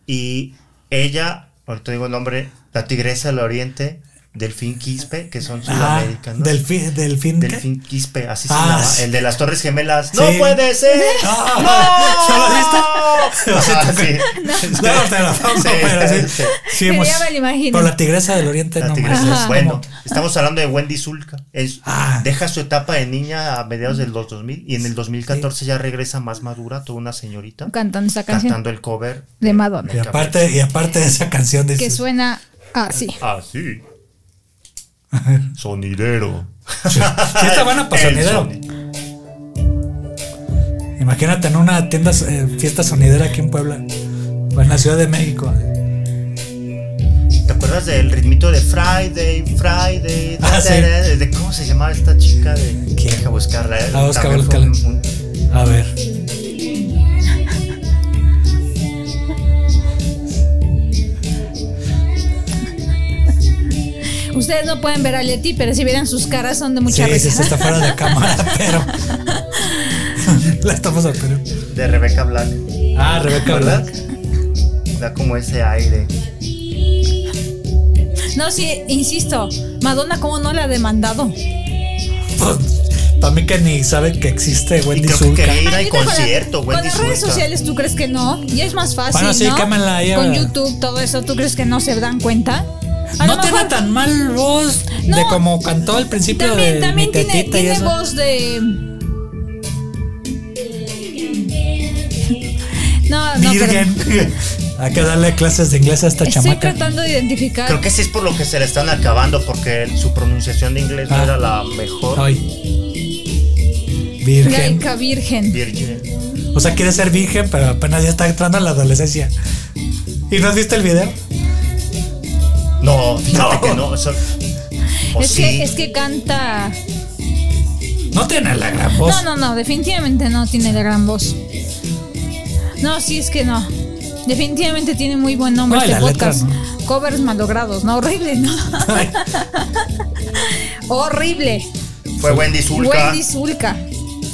Speaker 2: Y, y ella, ahorita digo el nombre, la tigresa del oriente, Delfín Quispe, que son
Speaker 1: Ajá,
Speaker 2: sudamericanos.
Speaker 1: Ah, Delfín, delfín, ¿qué?
Speaker 2: Delfín Quispe, así
Speaker 1: Ah,
Speaker 2: se
Speaker 1: sí.
Speaker 2: llama. El de las Torres Gemelas.
Speaker 1: Sí.
Speaker 2: ¡No puede ser!
Speaker 1: Ah,
Speaker 2: ¡No!
Speaker 1: ¿ya lo viste?
Speaker 2: Ajá,
Speaker 1: No.
Speaker 2: Ah, sí.
Speaker 1: No, te la pongo,
Speaker 2: Sí,
Speaker 1: pero sí.
Speaker 2: sí.
Speaker 1: sí
Speaker 3: Pero
Speaker 1: hemos-
Speaker 3: ya me lo imagino.
Speaker 1: Por la tigresa del oriente,
Speaker 2: La
Speaker 1: no
Speaker 2: tigresa.
Speaker 1: manches, es
Speaker 2: Bueno,
Speaker 1: como-
Speaker 2: estamos hablando de Wendy Zulka. Es-
Speaker 1: Ah.
Speaker 2: Deja su etapa de niña a mediados del los 2000 y en el 2014 ya regresa más madura, toda una señorita,
Speaker 3: Cantando esa canción
Speaker 2: cantando el cover
Speaker 3: de Madonna,
Speaker 1: Y aparte, y aparte de esa canción de
Speaker 3: que
Speaker 1: su-
Speaker 3: suena así.
Speaker 2: Así. Sonidero.
Speaker 1: Sí, sí está buena para
Speaker 2: El
Speaker 1: sonidero.
Speaker 2: soni-
Speaker 1: Imagínate en una tienda eh, fiesta sonidera aquí en Puebla. O en la Ciudad de México.
Speaker 2: ¿Te acuerdas del ritmito de Friday, Friday?
Speaker 1: Ah, sí.
Speaker 2: de, de- ¿Cómo se llamaba esta chica? De,
Speaker 1: ¿Quién?
Speaker 2: Deja buscarla. eh,
Speaker 1: Ah, busca,
Speaker 2: también fue
Speaker 1: búscala.
Speaker 2: un- un-
Speaker 1: A ver.
Speaker 3: Ustedes no pueden ver a Leti, pero si vieran sus caras son de
Speaker 1: Sí,
Speaker 3: mucha
Speaker 1: sí,
Speaker 3: risa.
Speaker 1: sí, está fuera de cámara, pero. la estamos al Perú.
Speaker 2: de Rebecca Black.
Speaker 1: Ah, Rebeca,
Speaker 2: ¿Verdad?
Speaker 1: ¿verdad?
Speaker 2: Da como ese aire.
Speaker 3: No, sí, insisto, Madonna, ¿cómo no la ha demandado?
Speaker 1: para Pues, mí que ni sabe que existe
Speaker 2: Y
Speaker 1: Wendy
Speaker 2: creo que
Speaker 1: Zulka.
Speaker 2: quería ir al
Speaker 3: Ahorita con la-
Speaker 2: concierto,
Speaker 3: Con
Speaker 2: Wendy
Speaker 3: las redes
Speaker 2: Zulka.
Speaker 3: sociales, ¿tú crees que no? Y es más fácil.
Speaker 1: Bueno, sí,
Speaker 3: ¿no?
Speaker 1: cámara, ya.
Speaker 3: Con YouTube, todo eso, ¿tú crees que no se dan cuenta? A
Speaker 1: No
Speaker 3: lo
Speaker 1: tiene
Speaker 3: mejor
Speaker 1: tan mal voz de
Speaker 3: No.
Speaker 1: como cantó al principio
Speaker 3: También,
Speaker 1: de
Speaker 3: también
Speaker 1: mi
Speaker 3: tiene,
Speaker 1: tetita y
Speaker 3: tiene
Speaker 1: eso.
Speaker 3: voz de. No, no, pero
Speaker 1: Virgen. Hay que darle clases de inglés a esta
Speaker 3: estoy
Speaker 1: chamaca.
Speaker 3: tratando de identificar.
Speaker 2: Creo que sí es por lo que se le están acabando, porque su pronunciación de inglés no
Speaker 1: Ah.
Speaker 2: era la mejor.
Speaker 1: Ay. Virgen.
Speaker 3: Gaica virgen.
Speaker 2: Virgen.
Speaker 1: O sea, quiere ser virgen, pero apenas ya está entrando en la adolescencia. ¿Y no has visto el video?
Speaker 2: No, fíjate
Speaker 1: No.
Speaker 2: que no. eso- o
Speaker 3: es,
Speaker 2: Pues sí.
Speaker 3: que, es que canta.
Speaker 1: No tiene la gran voz.
Speaker 3: No, no, no, definitivamente no tiene la gran voz. No, sí, es que no. Definitivamente tiene muy buen nombre
Speaker 1: No, y
Speaker 3: este
Speaker 1: las letras,
Speaker 3: podcast. Covers malogrados, no, horrible, no.
Speaker 1: Ay,
Speaker 3: horrible.
Speaker 2: Fue Wendy Zulka.
Speaker 3: Wendy Zulka.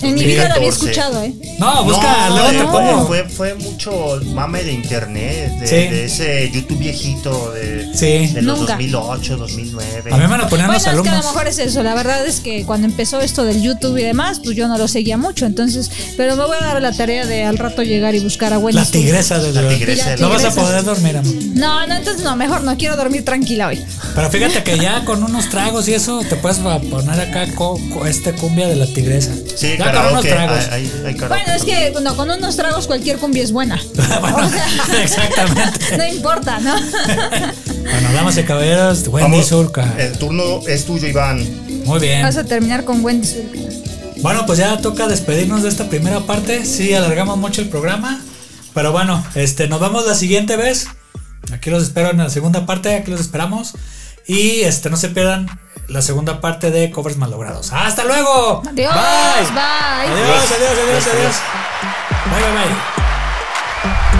Speaker 3: En mi vida la
Speaker 2: 2014.
Speaker 3: había escuchado, ¿eh?
Speaker 1: no, busca,
Speaker 2: No,
Speaker 1: luego
Speaker 2: eh,
Speaker 1: te
Speaker 2: fue-
Speaker 1: pongo.
Speaker 2: Fue, fue mucho mame de internet, de,
Speaker 1: Sí.
Speaker 2: de ese YouTube viejito de,
Speaker 1: Sí.
Speaker 2: de los
Speaker 3: Nunca.
Speaker 2: 2008, 2009.
Speaker 1: A mí me lo ponían
Speaker 3: Bueno,
Speaker 1: los
Speaker 3: es que a lo
Speaker 1: alumnos.
Speaker 3: mejor es eso. La verdad es que cuando empezó esto del YouTube y demás, pues yo no lo seguía mucho. Entonces, pero me voy a dar a la tarea de al rato llegar y buscar a Wendy.
Speaker 1: La
Speaker 3: Zulka.
Speaker 1: tigresa de
Speaker 2: La tigresa.
Speaker 1: No vas a
Speaker 3: Tigresa.
Speaker 1: poder dormir, amor.
Speaker 3: No, no, entonces no, mejor no quiero dormir tranquila hoy.
Speaker 1: Pero fíjate que ya con unos tragos y eso te puedes va- poner acá co- co- este cumbia de la tigresa.
Speaker 2: Sí,
Speaker 1: ya con unos
Speaker 2: karaoke.
Speaker 1: tragos.
Speaker 2: Hay, hay- hay karaoke
Speaker 3: Bueno, es
Speaker 2: también.
Speaker 3: que no, con unos tragos cualquier cumbia es buena.
Speaker 1: Bueno,
Speaker 3: O sea,
Speaker 1: exactamente.
Speaker 3: No importa, ¿no?
Speaker 1: Bueno, damas y caballeros, Wendy
Speaker 2: Vamos, eh,
Speaker 1: Zulka.
Speaker 2: El turno es tuyo, Iván.
Speaker 1: Muy bien.
Speaker 3: Vas a terminar con Wendy Zulka.
Speaker 1: Bueno, pues ya toca despedirnos de esta primera parte. Sí, alargamos mucho el programa. Pero bueno, este, nos vemos la siguiente vez. Aquí los espero en la segunda parte, aquí los esperamos. Y este, no se pierdan la segunda parte de Covers Malogrados. ¡Hasta luego!
Speaker 3: Adiós,
Speaker 1: Bye.
Speaker 3: bye.
Speaker 1: Adiós, adiós, adiós, adiós. Bye, bye, bye.